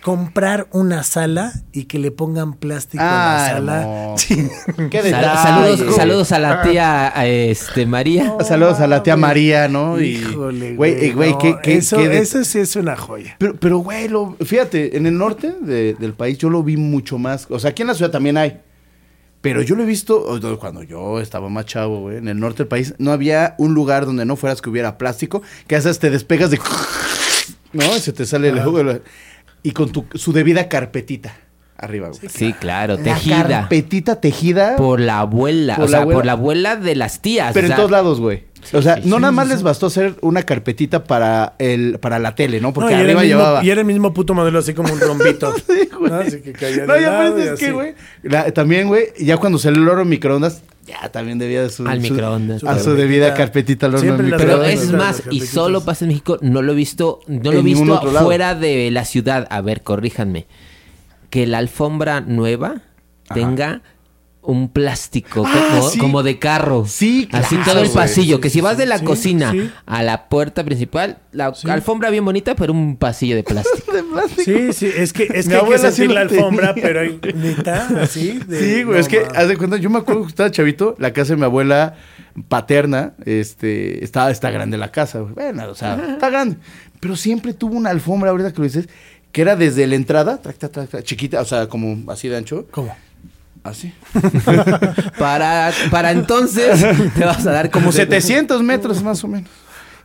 Speaker 2: Comprar una sala y que le pongan plástico a la
Speaker 4: Ah,
Speaker 2: sala.
Speaker 4: hermoso.
Speaker 2: Sí.
Speaker 4: Qué
Speaker 3: Sal- saludos, saludos a la tía a este, María.
Speaker 4: Saludos a la tía
Speaker 2: mames.
Speaker 4: María, ¿no? Y-
Speaker 2: Híjole,
Speaker 4: güey. eh, güey,
Speaker 2: no,
Speaker 4: qué- qué-
Speaker 2: eso,
Speaker 4: qué de-
Speaker 2: eso sí es una joya.
Speaker 4: Pero, pero, güey, lo- fíjate, en el norte de- del país yo lo vi mucho más. O sea, aquí en la ciudad también hay. Pero yo lo he visto o sea, cuando yo estaba más chavo, güey. En el norte del país no había un lugar donde no fueras que hubiera plástico, que a veces te despegas de. ¿No? Y se te sale el jugo. de la- Y con tu, su debida carpetita arriba, güey.
Speaker 3: Sí, claro,
Speaker 4: La
Speaker 3: tejida.
Speaker 4: carpetita tejida.
Speaker 3: Por la abuela,
Speaker 4: Por
Speaker 3: o
Speaker 4: la
Speaker 3: sea,
Speaker 4: abuela.
Speaker 3: por la abuela de las tías.
Speaker 4: Pero
Speaker 3: o
Speaker 4: en
Speaker 3: sea,
Speaker 4: todos lados, güey. O sea,
Speaker 3: sí,
Speaker 4: no
Speaker 3: sí,
Speaker 4: nada
Speaker 3: sí,
Speaker 4: más
Speaker 3: sí.
Speaker 4: les bastó hacer una carpetita para el para la tele, ¿no?
Speaker 2: No,
Speaker 4: Porque
Speaker 2: y, era el
Speaker 4: arriba
Speaker 2: mismo,
Speaker 4: llevaba.
Speaker 2: y era el mismo puto modelo, así como un rombito.
Speaker 4: Sí, güey.
Speaker 2: ¿no? Así que caía
Speaker 4: No,
Speaker 2: de
Speaker 4: y
Speaker 2: lado
Speaker 4: aparte
Speaker 2: y
Speaker 4: es que,
Speaker 2: así.
Speaker 4: güey, la- también, güey, ya cuando salió el oro en microondas, ya también debía de su...
Speaker 3: Al
Speaker 4: su-
Speaker 3: microondas,
Speaker 4: A su
Speaker 3: claro.
Speaker 4: debida carpetita al horno en
Speaker 2: Siempre las
Speaker 3: Pero
Speaker 4: microondas.
Speaker 2: Perdón,
Speaker 3: es
Speaker 2: perdón,
Speaker 3: más,
Speaker 2: perdón,
Speaker 3: y
Speaker 2: perdón.
Speaker 3: solo pasa en México, no lo he visto, no lo he
Speaker 4: En ningún
Speaker 3: visto
Speaker 4: otro lado.
Speaker 3: fuera de la ciudad. A ver, corríjanme. Que la alfombra nueva tenga un plástico
Speaker 4: Ah,
Speaker 3: como,
Speaker 4: sí.
Speaker 3: como de carro.
Speaker 4: Sí,
Speaker 3: Así
Speaker 4: claro,
Speaker 3: todo el
Speaker 4: güey.
Speaker 3: pasillo. que si vas de la
Speaker 2: sí,
Speaker 3: cocina
Speaker 2: sí.
Speaker 3: a la puerta principal, la alfombra bien bonita, pero un pasillo de plástico.
Speaker 4: De plástico.
Speaker 2: Sí, sí, es que es
Speaker 4: Mi
Speaker 2: que hay que
Speaker 4: abuela sí
Speaker 2: sentir
Speaker 4: lo
Speaker 2: la alfombra,
Speaker 4: tenía,
Speaker 2: pero hay neta, así. de-
Speaker 4: Sí, güey,
Speaker 2: no
Speaker 4: es que,
Speaker 2: mames.
Speaker 4: haz de cuenta, yo me acuerdo que estaba chavito, la casa de mi abuela paterna, este, estaba, está grande la casa, güey. Bueno, o sea, está grande. Pero siempre tuvo una alfombra, ahorita que lo dices, que era desde la entrada, trac, trac, trac, trac, chiquita, o sea, como así de ancho,
Speaker 2: ¿Cómo?
Speaker 4: Así.
Speaker 3: Para, para entonces te vas a dar
Speaker 4: Como
Speaker 3: como
Speaker 4: 700 metros más o menos.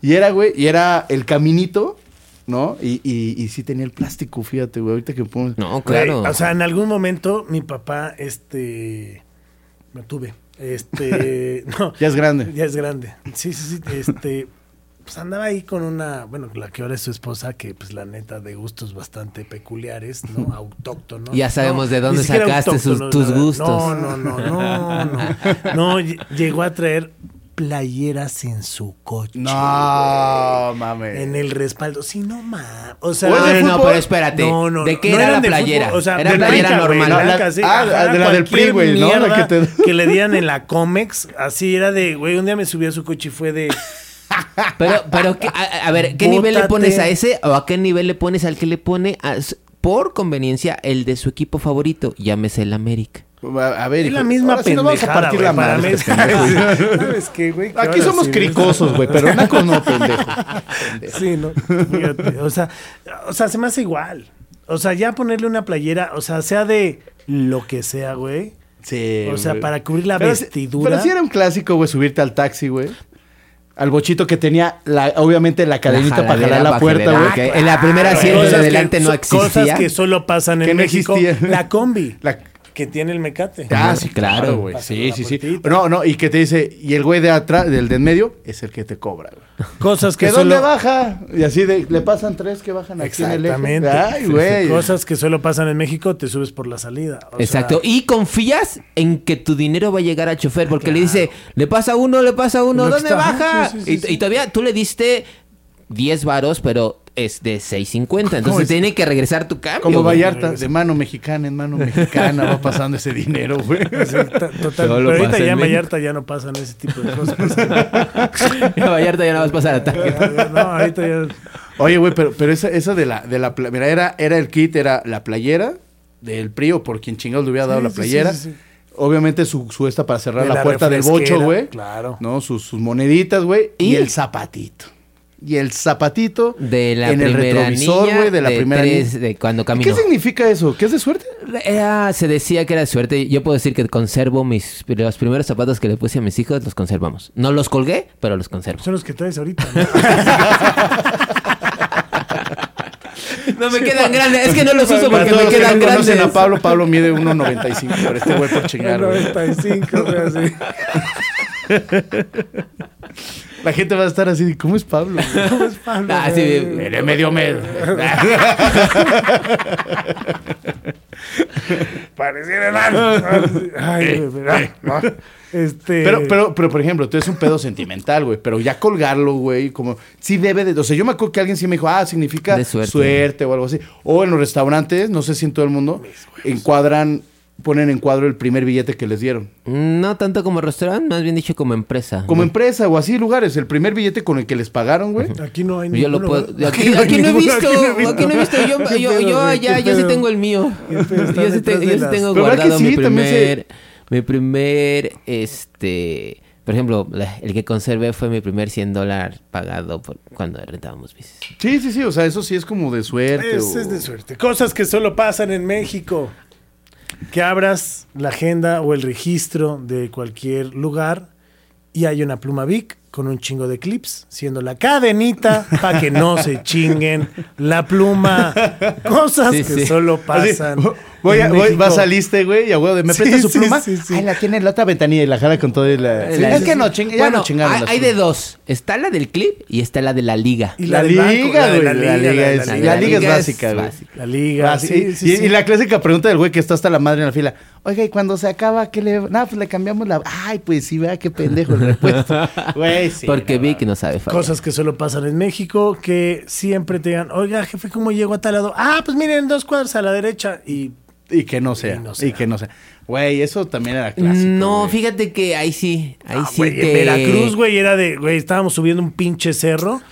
Speaker 4: Y era, güey, y era el caminito, ¿no? Y, y, y sí tenía el plástico, fíjate, güey, ahorita que pongo...
Speaker 3: No,
Speaker 2: Güey,
Speaker 3: claro.
Speaker 2: o sea, en algún momento mi papá, este, lo tuve. Este, no.
Speaker 4: Ya es grande.
Speaker 2: Ya es grande. Sí, sí, sí. Este, pues andaba ahí con una, bueno, la que ahora es su esposa, que pues la neta de gustos bastante peculiares, ¿no? Autóctonos.
Speaker 3: Ya sabemos
Speaker 2: No,
Speaker 3: de dónde
Speaker 2: ni siquiera
Speaker 3: sacaste sus-
Speaker 2: autóctonos,
Speaker 3: tus
Speaker 2: la verdad. No,
Speaker 3: gustos.
Speaker 2: no, no, no, no. No, ll- llegó a traer playeras en su coche.
Speaker 4: No,
Speaker 2: güey,
Speaker 4: mames.
Speaker 2: En el respaldo. Sí, no mames. O sea,
Speaker 4: ¿O es de
Speaker 3: Bueno,
Speaker 4: fútbol?
Speaker 3: pero espérate. ¿De qué era
Speaker 2: eran
Speaker 3: la
Speaker 2: de
Speaker 3: playera?
Speaker 2: fútbol, o sea,
Speaker 3: era
Speaker 2: de
Speaker 3: playera
Speaker 2: blanca, güey,
Speaker 3: normal.
Speaker 4: la-
Speaker 2: blanca, sí.
Speaker 4: ah, de la del
Speaker 2: cualquier
Speaker 4: PRI, güey, ¿no? La
Speaker 2: mierda
Speaker 4: que te-
Speaker 2: que le dieran en la Comex, así era de, güey, un día me subí a su coche y fue de,
Speaker 3: Pero, pero ¿qué- a, a ver, ¿qué nivel le
Speaker 2: Bótate.
Speaker 3: pones a ese o a qué nivel le pones al que le pone a s- por conveniencia el de su equipo favorito? Llámese el América.
Speaker 4: A a ver,
Speaker 2: es
Speaker 4: hijo,
Speaker 2: la misma
Speaker 4: ahora sí nos vamos a
Speaker 2: pendejada,
Speaker 4: partir
Speaker 2: güey,
Speaker 4: la
Speaker 2: para
Speaker 4: madre,
Speaker 2: mí.
Speaker 4: este pendejo.
Speaker 2: ¿Sabes qué, güey? Que
Speaker 4: Aquí
Speaker 2: ahora
Speaker 4: somos
Speaker 2: sí,
Speaker 4: cricosos, güey, pero nacos no, pendejo.
Speaker 2: Sí, ¿no? Fíjate, o sea, o sea, se me hace igual. O sea, ya ponerle una playera, o sea, sea de lo que sea, güey.
Speaker 4: Sí,
Speaker 3: Eh,
Speaker 2: O sea,
Speaker 4: güey.
Speaker 2: para cubrir la
Speaker 4: Pero sí-
Speaker 2: vestidura.
Speaker 4: pero sí era un clásico, güey, subirte al taxi, güey. Al bochito que tenía, la, obviamente, la cadenita para
Speaker 3: jaladera,
Speaker 4: jalar la
Speaker 3: pa'
Speaker 4: puerta,
Speaker 3: jalar,
Speaker 4: güey. Ah,
Speaker 3: que En la primera
Speaker 2: Cosas
Speaker 3: asiento de
Speaker 2: que-
Speaker 3: delante no
Speaker 2: so-
Speaker 3: existía.
Speaker 2: Cosas que solo pasan
Speaker 4: Que
Speaker 2: en
Speaker 4: no
Speaker 2: México.
Speaker 4: existía.
Speaker 2: La combi.
Speaker 4: La-
Speaker 2: que tiene el mecate.
Speaker 4: Ah,
Speaker 3: No,
Speaker 4: sí,
Speaker 3: claro,
Speaker 4: claro, güey.
Speaker 2: pasa
Speaker 4: Sí,
Speaker 2: la
Speaker 4: sí, sí.
Speaker 2: puertita.
Speaker 4: No, no, y que te dice, y el güey de atrás, del de en medio, es el que te cobra, güey.
Speaker 2: Cosas que
Speaker 4: ¿Que
Speaker 2: solo
Speaker 4: dónde baja? Y así de, le pasan tres que bajan aquí en el eje.
Speaker 2: Exactamente.
Speaker 4: Ay, güey.
Speaker 2: Cosas que solo pasan en México, te subes por la salida. O sea,
Speaker 3: Exacto. y confías en que tu dinero va a llegar al chofer porque le dice, le pasa uno, le pasa uno,
Speaker 2: Lo que
Speaker 3: ¿dónde
Speaker 2: está-
Speaker 3: baja?
Speaker 2: Sí, sí, sí,
Speaker 3: y,
Speaker 2: sí.
Speaker 3: y todavía tú le diste 10 varos, pero es de 6.50. Entonces
Speaker 4: es?
Speaker 3: tiene que regresar tu cambio.
Speaker 4: Como
Speaker 3: güey.
Speaker 4: Vallarta, de mano mexicana en mano mexicana va pasando ese dinero, güey.
Speaker 2: sí, ta- total.
Speaker 3: Solo
Speaker 2: Pero ahorita
Speaker 3: pasa en
Speaker 2: ya en
Speaker 3: México.
Speaker 2: Vallarta ya no pasan ese tipo de cosas.
Speaker 3: A Vallarta ya no vas a pasar a tarjeta.
Speaker 2: no, ahorita ya.
Speaker 4: Oye, güey, pero, pero esa, esa de la, de la pla- mira, era, era el kit, era la playera del PRI o por quien chingados le hubiera dado
Speaker 2: Sí,
Speaker 4: la
Speaker 2: sí,
Speaker 4: playera.
Speaker 2: sí, sí, sí.
Speaker 4: Obviamente su, su esta para cerrar
Speaker 2: De
Speaker 4: la,
Speaker 2: la
Speaker 4: puerta del bocho,
Speaker 2: refresquera,
Speaker 4: güey.
Speaker 2: claro.
Speaker 4: ¿No? Sus, sus moneditas, güey. ¿Y?
Speaker 3: Y-
Speaker 4: el zapatito. Y el zapatito
Speaker 3: De la
Speaker 4: en el
Speaker 3: primera
Speaker 4: retrovisor,
Speaker 3: niña,
Speaker 4: güey, de la primera
Speaker 3: tres,
Speaker 4: niña.
Speaker 3: de cuando caminó.
Speaker 4: ¿Qué significa eso? ¿Qué es de suerte?
Speaker 3: Era- se decía que era suerte. Yo puedo decir que conservo mis los primeros zapatos que le puse a mis hijos, los conservamos. No los colgué, pero los conservo.
Speaker 2: Son los que traes ahorita. ¿no?
Speaker 3: No me quedan grandes, es que no los uso
Speaker 4: Para
Speaker 3: porque
Speaker 4: todos
Speaker 3: me
Speaker 4: los que
Speaker 3: quedan
Speaker 4: no conocen
Speaker 3: grandes.
Speaker 4: a Pablo, Pablo mide 1.95, pero este güey por chingar, güey.
Speaker 2: 95, güey, así.
Speaker 4: La gente va a estar así, ¿cómo es Pablo?
Speaker 2: ¿Cómo es Pablo,
Speaker 3: Ah, sí,
Speaker 4: eh,
Speaker 2: güey?
Speaker 3: de-
Speaker 4: Eres medio medio.
Speaker 2: Pareciera enano. Ay, güey, pero- Este.
Speaker 4: Pero, pero, pero, por ejemplo, tú es un pedo sentimental, güey. Pero ya colgarlo, güey, como... Sí debe de... O sea, yo me acuerdo que alguien sí me dijo, ah, significa
Speaker 3: De suerte.
Speaker 4: suerte. o algo así. O en los restaurantes, no sé si en todo el mundo, encuadran... Ponen en cuadro el primer billete que les dieron.
Speaker 3: No tanto como restaurante, más bien dicho como empresa.
Speaker 4: Como empresa o así lugares, el primer billete con el que les pagaron, güey.
Speaker 2: Aquí no hay
Speaker 3: yo lo
Speaker 2: ninguno,
Speaker 3: puedo.
Speaker 2: ¿verdad?
Speaker 3: Aquí, aquí no he
Speaker 2: ninguno,
Speaker 3: visto, aquí no he visto. Yo,
Speaker 2: Qué
Speaker 3: yo,
Speaker 2: pedo,
Speaker 3: yo
Speaker 2: güey,
Speaker 3: allá,
Speaker 2: qué
Speaker 3: yo sí
Speaker 2: pedo.
Speaker 3: tengo el mío.
Speaker 2: Qué pedo, está
Speaker 3: Yo sí, te-
Speaker 2: detrás
Speaker 3: yo
Speaker 2: de
Speaker 3: sí
Speaker 2: las-
Speaker 3: tengo
Speaker 4: Pero ¿verdad que
Speaker 3: guardado mi
Speaker 4: sí? También se-
Speaker 3: primer, mi primer, este, por ejemplo, la- el que conservé fue mi primer 100 dólares pagado por cuando rentábamos bicis.
Speaker 4: Sí, sí, sí. O sea, eso sí es como de suerte.
Speaker 2: Eso
Speaker 4: o-
Speaker 2: es de suerte. Cosas que solo pasan en México. Que abras la agenda o el registro de cualquier lugar y hay una pluma Vic con un chingo de clips, siendo la cadenita para que no se chinguen la pluma. Cosas
Speaker 3: Sí,
Speaker 2: que
Speaker 3: sí.
Speaker 2: solo
Speaker 4: Así,
Speaker 2: pasan.
Speaker 4: voy, a,
Speaker 2: en
Speaker 4: voy,
Speaker 2: México.
Speaker 4: vas al Issste, güey, y a huevo de me
Speaker 2: Sí,
Speaker 4: presta su
Speaker 2: sí,
Speaker 4: pluma.
Speaker 2: sí, sí.
Speaker 4: Ay, la tiene en la otra ventanilla y la jala con todo y la.
Speaker 3: La-
Speaker 4: es que no, ching, ya
Speaker 3: Bueno,
Speaker 4: no chingaron.
Speaker 3: Hay,
Speaker 4: las
Speaker 3: hay de
Speaker 4: plumas.
Speaker 3: dos. Está la del clip y está la de la liga.
Speaker 2: Y
Speaker 4: La
Speaker 2: del banco,
Speaker 4: liga,
Speaker 2: de
Speaker 4: güey. La
Speaker 2: de
Speaker 4: liga es-
Speaker 2: de
Speaker 4: la
Speaker 3: de
Speaker 4: liga es básica, güey.
Speaker 2: La liga,
Speaker 4: Ah, sí,
Speaker 2: sí, sí,
Speaker 4: y,
Speaker 2: sí.
Speaker 4: y la clásica pregunta del güey que está hasta la madre en la fila. Oiga, y cuando se acaba, ¿qué le.? Nada, pues le cambiamos la. Ay, pues sí, vea qué pendejo el repuesto. Güey, sí.
Speaker 3: Porque
Speaker 4: no,
Speaker 3: Vic no sabe fallar.
Speaker 2: Cosas que solo pasan en México, que siempre te digan, oiga, jefe, ¿cómo llego a tal lado? Ah, pues miren, dos cuadras a la derecha y
Speaker 4: Y que no sea.
Speaker 2: Y no
Speaker 4: Y
Speaker 2: sea.
Speaker 4: que no sea. Güey, eso también era clásico.
Speaker 3: No,
Speaker 4: güey.
Speaker 3: fíjate que ahí sí, ahí
Speaker 2: Ah,
Speaker 3: sí
Speaker 2: Güey,
Speaker 3: te-
Speaker 2: en Veracruz, güey, era de, güey, estábamos subiendo un pinche cerro.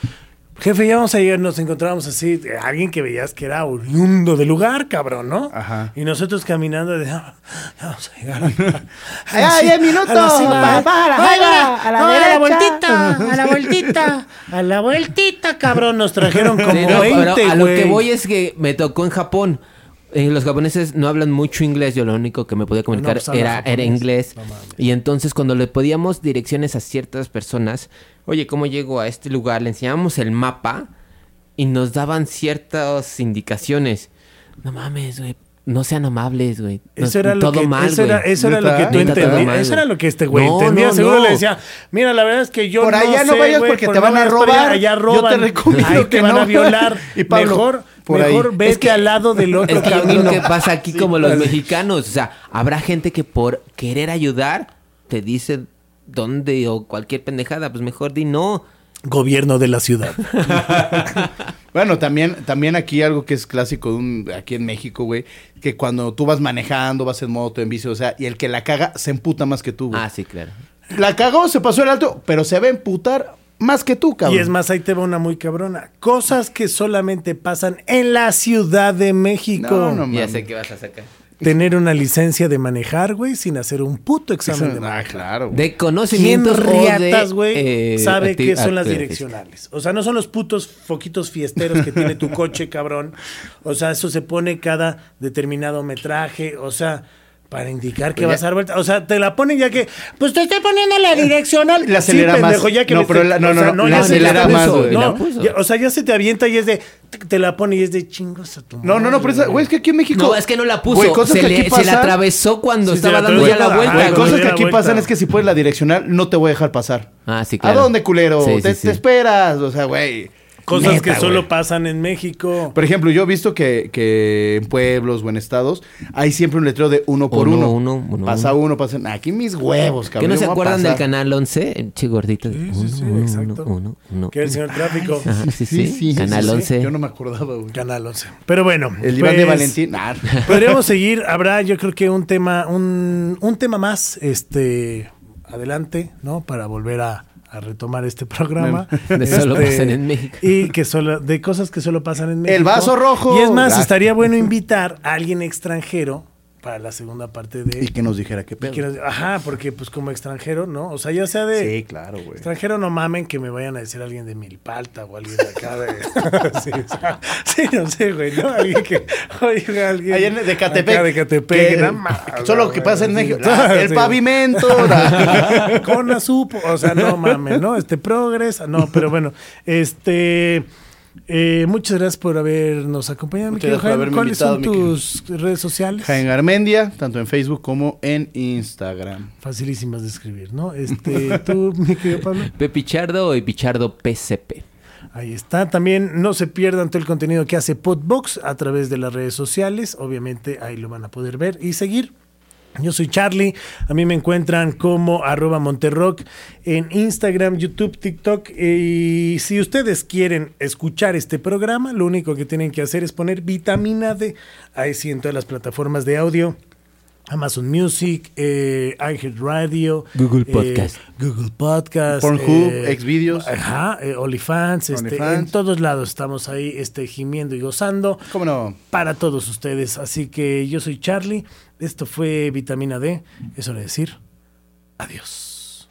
Speaker 2: Jefe, ya vamos a llegar, nos encontrábamos así, eh, alguien que veías que era oriundo del lugar, cabrón, ¿no?
Speaker 4: Ajá.
Speaker 2: Y nosotros caminando de, "Ah, ya vamos a llegar. a- a la
Speaker 4: Ya,
Speaker 2: ci-
Speaker 4: diez minutos,
Speaker 2: a la cima".
Speaker 4: papá, a la
Speaker 2: Oiga,
Speaker 4: jaiba, a la
Speaker 2: no,
Speaker 4: derecha.
Speaker 2: vueltita, a la vueltita, a la vueltita, cabrón, nos trajeron como
Speaker 3: Sí, no, pero
Speaker 2: 20,
Speaker 3: a lo
Speaker 2: güey.
Speaker 3: que voy es que me tocó en Japón. Eh, los japoneses no hablan mucho inglés, yo lo único que me podía comunicar
Speaker 2: pues habla
Speaker 3: era, era
Speaker 2: japonés.
Speaker 3: inglés.
Speaker 2: No mames.
Speaker 3: y entonces cuando le podíamos direcciones a ciertas personas, oye, ¿cómo llego a este lugar? Le enseñábamos el mapa y nos daban ciertas indicaciones. No mames, güey, no sean amables, güey. No-
Speaker 2: Eso era, lo
Speaker 3: todo
Speaker 2: que,
Speaker 3: mal,
Speaker 2: eso, era,
Speaker 3: güey.
Speaker 2: eso era lo que tú
Speaker 3: Neta, todo
Speaker 2: entendías.
Speaker 3: mal,
Speaker 2: Eso
Speaker 3: güey.
Speaker 2: era lo que este güey
Speaker 3: No,
Speaker 2: entendía.
Speaker 3: no,
Speaker 2: Seguro
Speaker 3: no.
Speaker 2: le decía, mira, la verdad es que yo
Speaker 4: Por
Speaker 2: no
Speaker 4: allá no
Speaker 2: sé,
Speaker 4: vayas
Speaker 2: güey,
Speaker 4: porque
Speaker 2: por
Speaker 4: te
Speaker 2: no
Speaker 4: van a
Speaker 2: vayas para
Speaker 4: robar.
Speaker 2: Allá
Speaker 4: Yo
Speaker 2: roban.
Speaker 4: te recomiendo
Speaker 2: Ahí te
Speaker 4: que
Speaker 2: van
Speaker 4: no.
Speaker 2: a violar.
Speaker 4: Y Pablo,
Speaker 2: mejor,
Speaker 4: por ahí.
Speaker 2: mejor vete al lado del otro
Speaker 3: Es que yo creo
Speaker 2: camino.
Speaker 3: que pasa aquí como los mexicanos. O sea, habrá gente que por querer ayudar te dice dónde o cualquier pendejada. Pues mejor di no.
Speaker 2: Gobierno de la ciudad.
Speaker 4: Bueno, también, también aquí algo que es clásico de un- aquí en México, güey, que cuando tú vas manejando, vas en moto, en bici, o sea, y el que la caga se emputa más que tú, güey.
Speaker 3: Ah, sí, claro.
Speaker 4: La cagó, se pasó el alto, pero se va a emputar más que tú, cabrón.
Speaker 2: Y es más, ahí te va una muy cabrona. Cosas que solamente pasan en la Ciudad de México.
Speaker 4: No, no,
Speaker 3: Ya
Speaker 4: mames.
Speaker 3: sé qué vas a sacar.
Speaker 2: Tener una licencia de manejar, güey, sin hacer un puto examen de
Speaker 4: Ah,
Speaker 2: manejar.
Speaker 4: claro. güey.
Speaker 3: De conocimiento
Speaker 2: ¿Quién riatas,
Speaker 3: de,
Speaker 2: güey,
Speaker 3: eh,
Speaker 2: sabe
Speaker 3: acti-
Speaker 2: qué son las
Speaker 3: actividades.
Speaker 2: direccionales? O sea, no son los putos foquitos fiesteros que tiene tu coche, cabrón. O sea, eso se pone cada determinado metraje, o sea, para indicar que
Speaker 4: Pues ya-
Speaker 2: vas a dar vuelta. O sea, te la ponen ya que, pues te estoy poniendo la direccional.
Speaker 4: La acelera
Speaker 2: sí,
Speaker 4: más.
Speaker 2: pendejo, ya que
Speaker 4: No,
Speaker 2: me
Speaker 4: pero
Speaker 2: estoy-
Speaker 4: la- no,
Speaker 2: o
Speaker 4: no,
Speaker 2: sea,
Speaker 4: no, la
Speaker 2: ya se te
Speaker 4: acelera
Speaker 2: la
Speaker 4: más,
Speaker 2: puso,
Speaker 4: güey,
Speaker 2: no,
Speaker 3: la puso.
Speaker 2: ya- o sea, ya se te avienta y es de, te la pone y es de chingos a tu
Speaker 4: No, no, no, pero esa- güey, es que aquí en México.
Speaker 3: No, es que no la puso.
Speaker 4: Güey, cosas
Speaker 3: se,
Speaker 4: que
Speaker 3: le, se
Speaker 4: aquí
Speaker 3: le
Speaker 4: pasan-
Speaker 3: atravesó cuando
Speaker 2: Sí, se
Speaker 3: estaba
Speaker 2: le
Speaker 3: dando ya
Speaker 2: atravesó.
Speaker 3: la
Speaker 2: Ajá,
Speaker 3: vuelta.
Speaker 4: Güey,
Speaker 2: Ah,
Speaker 3: güey.
Speaker 4: cosas
Speaker 2: le
Speaker 4: que
Speaker 2: da
Speaker 4: aquí
Speaker 2: vuelta.
Speaker 4: pasan es que si pones la direccional, no te voy a dejar pasar.
Speaker 3: Ah, sí, claro.
Speaker 4: ¿A dónde, culero?
Speaker 3: Sí, sí,
Speaker 4: te,
Speaker 3: sí.
Speaker 4: te esperas. O sea, güey.
Speaker 2: Cosas
Speaker 3: Neta,
Speaker 2: que solo
Speaker 3: güey.
Speaker 2: pasan en México.
Speaker 4: Por ejemplo, yo he visto que, que en pueblos o en estados hay siempre un letrero de uno por uno.
Speaker 3: Uno, uno, uno,
Speaker 4: pasa uno, pasa. Aquí mis huevos,
Speaker 3: ¿Que
Speaker 4: cabrón.
Speaker 3: no
Speaker 4: yo
Speaker 3: se
Speaker 4: voy a
Speaker 3: acuerdan del
Speaker 4: pasar.
Speaker 3: canal 11? Che gordito.
Speaker 2: Sí, sí, sí,
Speaker 3: Uno, uno,
Speaker 2: exacto.
Speaker 3: uno, uno,
Speaker 2: Que el
Speaker 3: uno.
Speaker 2: señor tráfico.
Speaker 3: Ajá, sí, sí, Canal
Speaker 4: sí.
Speaker 3: 11.
Speaker 4: Yo no me acordaba, güey.
Speaker 2: Canal 11. Pero bueno.
Speaker 4: El diván de
Speaker 2: pues,
Speaker 4: Valentín. Ah,
Speaker 2: Podríamos seguir, habrá yo creo que un tema, un, un tema más, este, adelante, ¿no? Para volver a, a retomar este programa.
Speaker 3: De solo
Speaker 2: Este,
Speaker 3: pasan en México.
Speaker 2: Y que solo, de cosas que solo pasan en México.
Speaker 4: vaso rojo.
Speaker 2: Y es más,
Speaker 4: Ah.
Speaker 2: estaría bueno invitar a alguien extranjero para la segunda parte de...
Speaker 4: y que nos dijera qué
Speaker 2: y que
Speaker 4: pedo.
Speaker 2: nos- ajá, porque pues como extranjero, ¿no? O sea, ya sea de...
Speaker 4: Sí, claro, güey.
Speaker 2: Extranjero no mamen que me vayan a decir alguien de Milpalta o alguien de acá de... sí, o sea, sí, no sé, güey, ¿no? Alguien que... Oye, alguien...
Speaker 4: Allá en- de Catepec.
Speaker 2: acá de Catepec.
Speaker 4: Que-
Speaker 2: nada más,
Speaker 4: solo que
Speaker 2: güey,
Speaker 4: pasa en
Speaker 2: sí.
Speaker 4: México. Ah, el
Speaker 2: Sí.
Speaker 4: pavimento.
Speaker 2: Con la supo. O sea, no mames, ¿no? Este progresa. No, pero bueno. Este. eh, muchas gracias por habernos acompañado, mi
Speaker 4: Muchas
Speaker 2: querido
Speaker 4: gracias por
Speaker 2: Jaime.
Speaker 4: haberme
Speaker 2: ¿Cuáles son
Speaker 4: invitado, mi
Speaker 2: tus redes sociales?
Speaker 4: Jaén Armendia, tanto en Facebook como en Instagram.
Speaker 2: Facilísimas de escribir, ¿no? Este, tú, mi querido Pablo.
Speaker 3: Pepichardo y Pichardo PCP.
Speaker 2: Ahí está. También no se pierdan todo el contenido que hace Podbox a través de las redes sociales. Obviamente ahí lo van a poder ver y seguir. Yo soy Charlie, a mí me encuentran como arroba Monterrock en Instagram, YouTube, TikTok y si ustedes quieren escuchar este programa, lo único que tienen que hacer es poner vitamina D, ahí sí en todas las plataformas de audio, Amazon Music, eh, iHeartRadio,
Speaker 3: Google
Speaker 2: eh,
Speaker 3: Podcast.
Speaker 2: Google Podcast,
Speaker 4: Pornhub,
Speaker 2: eh,
Speaker 4: Xvideos.
Speaker 2: Ajá, eh, OnlyFans, este,
Speaker 4: OnlyFans.
Speaker 2: en todos lados estamos ahí este, gimiendo y gozando
Speaker 4: ¿Cómo no?
Speaker 2: para todos ustedes. Así que yo soy Charlie, esto fue Vitamina D, eso hora de decir adiós.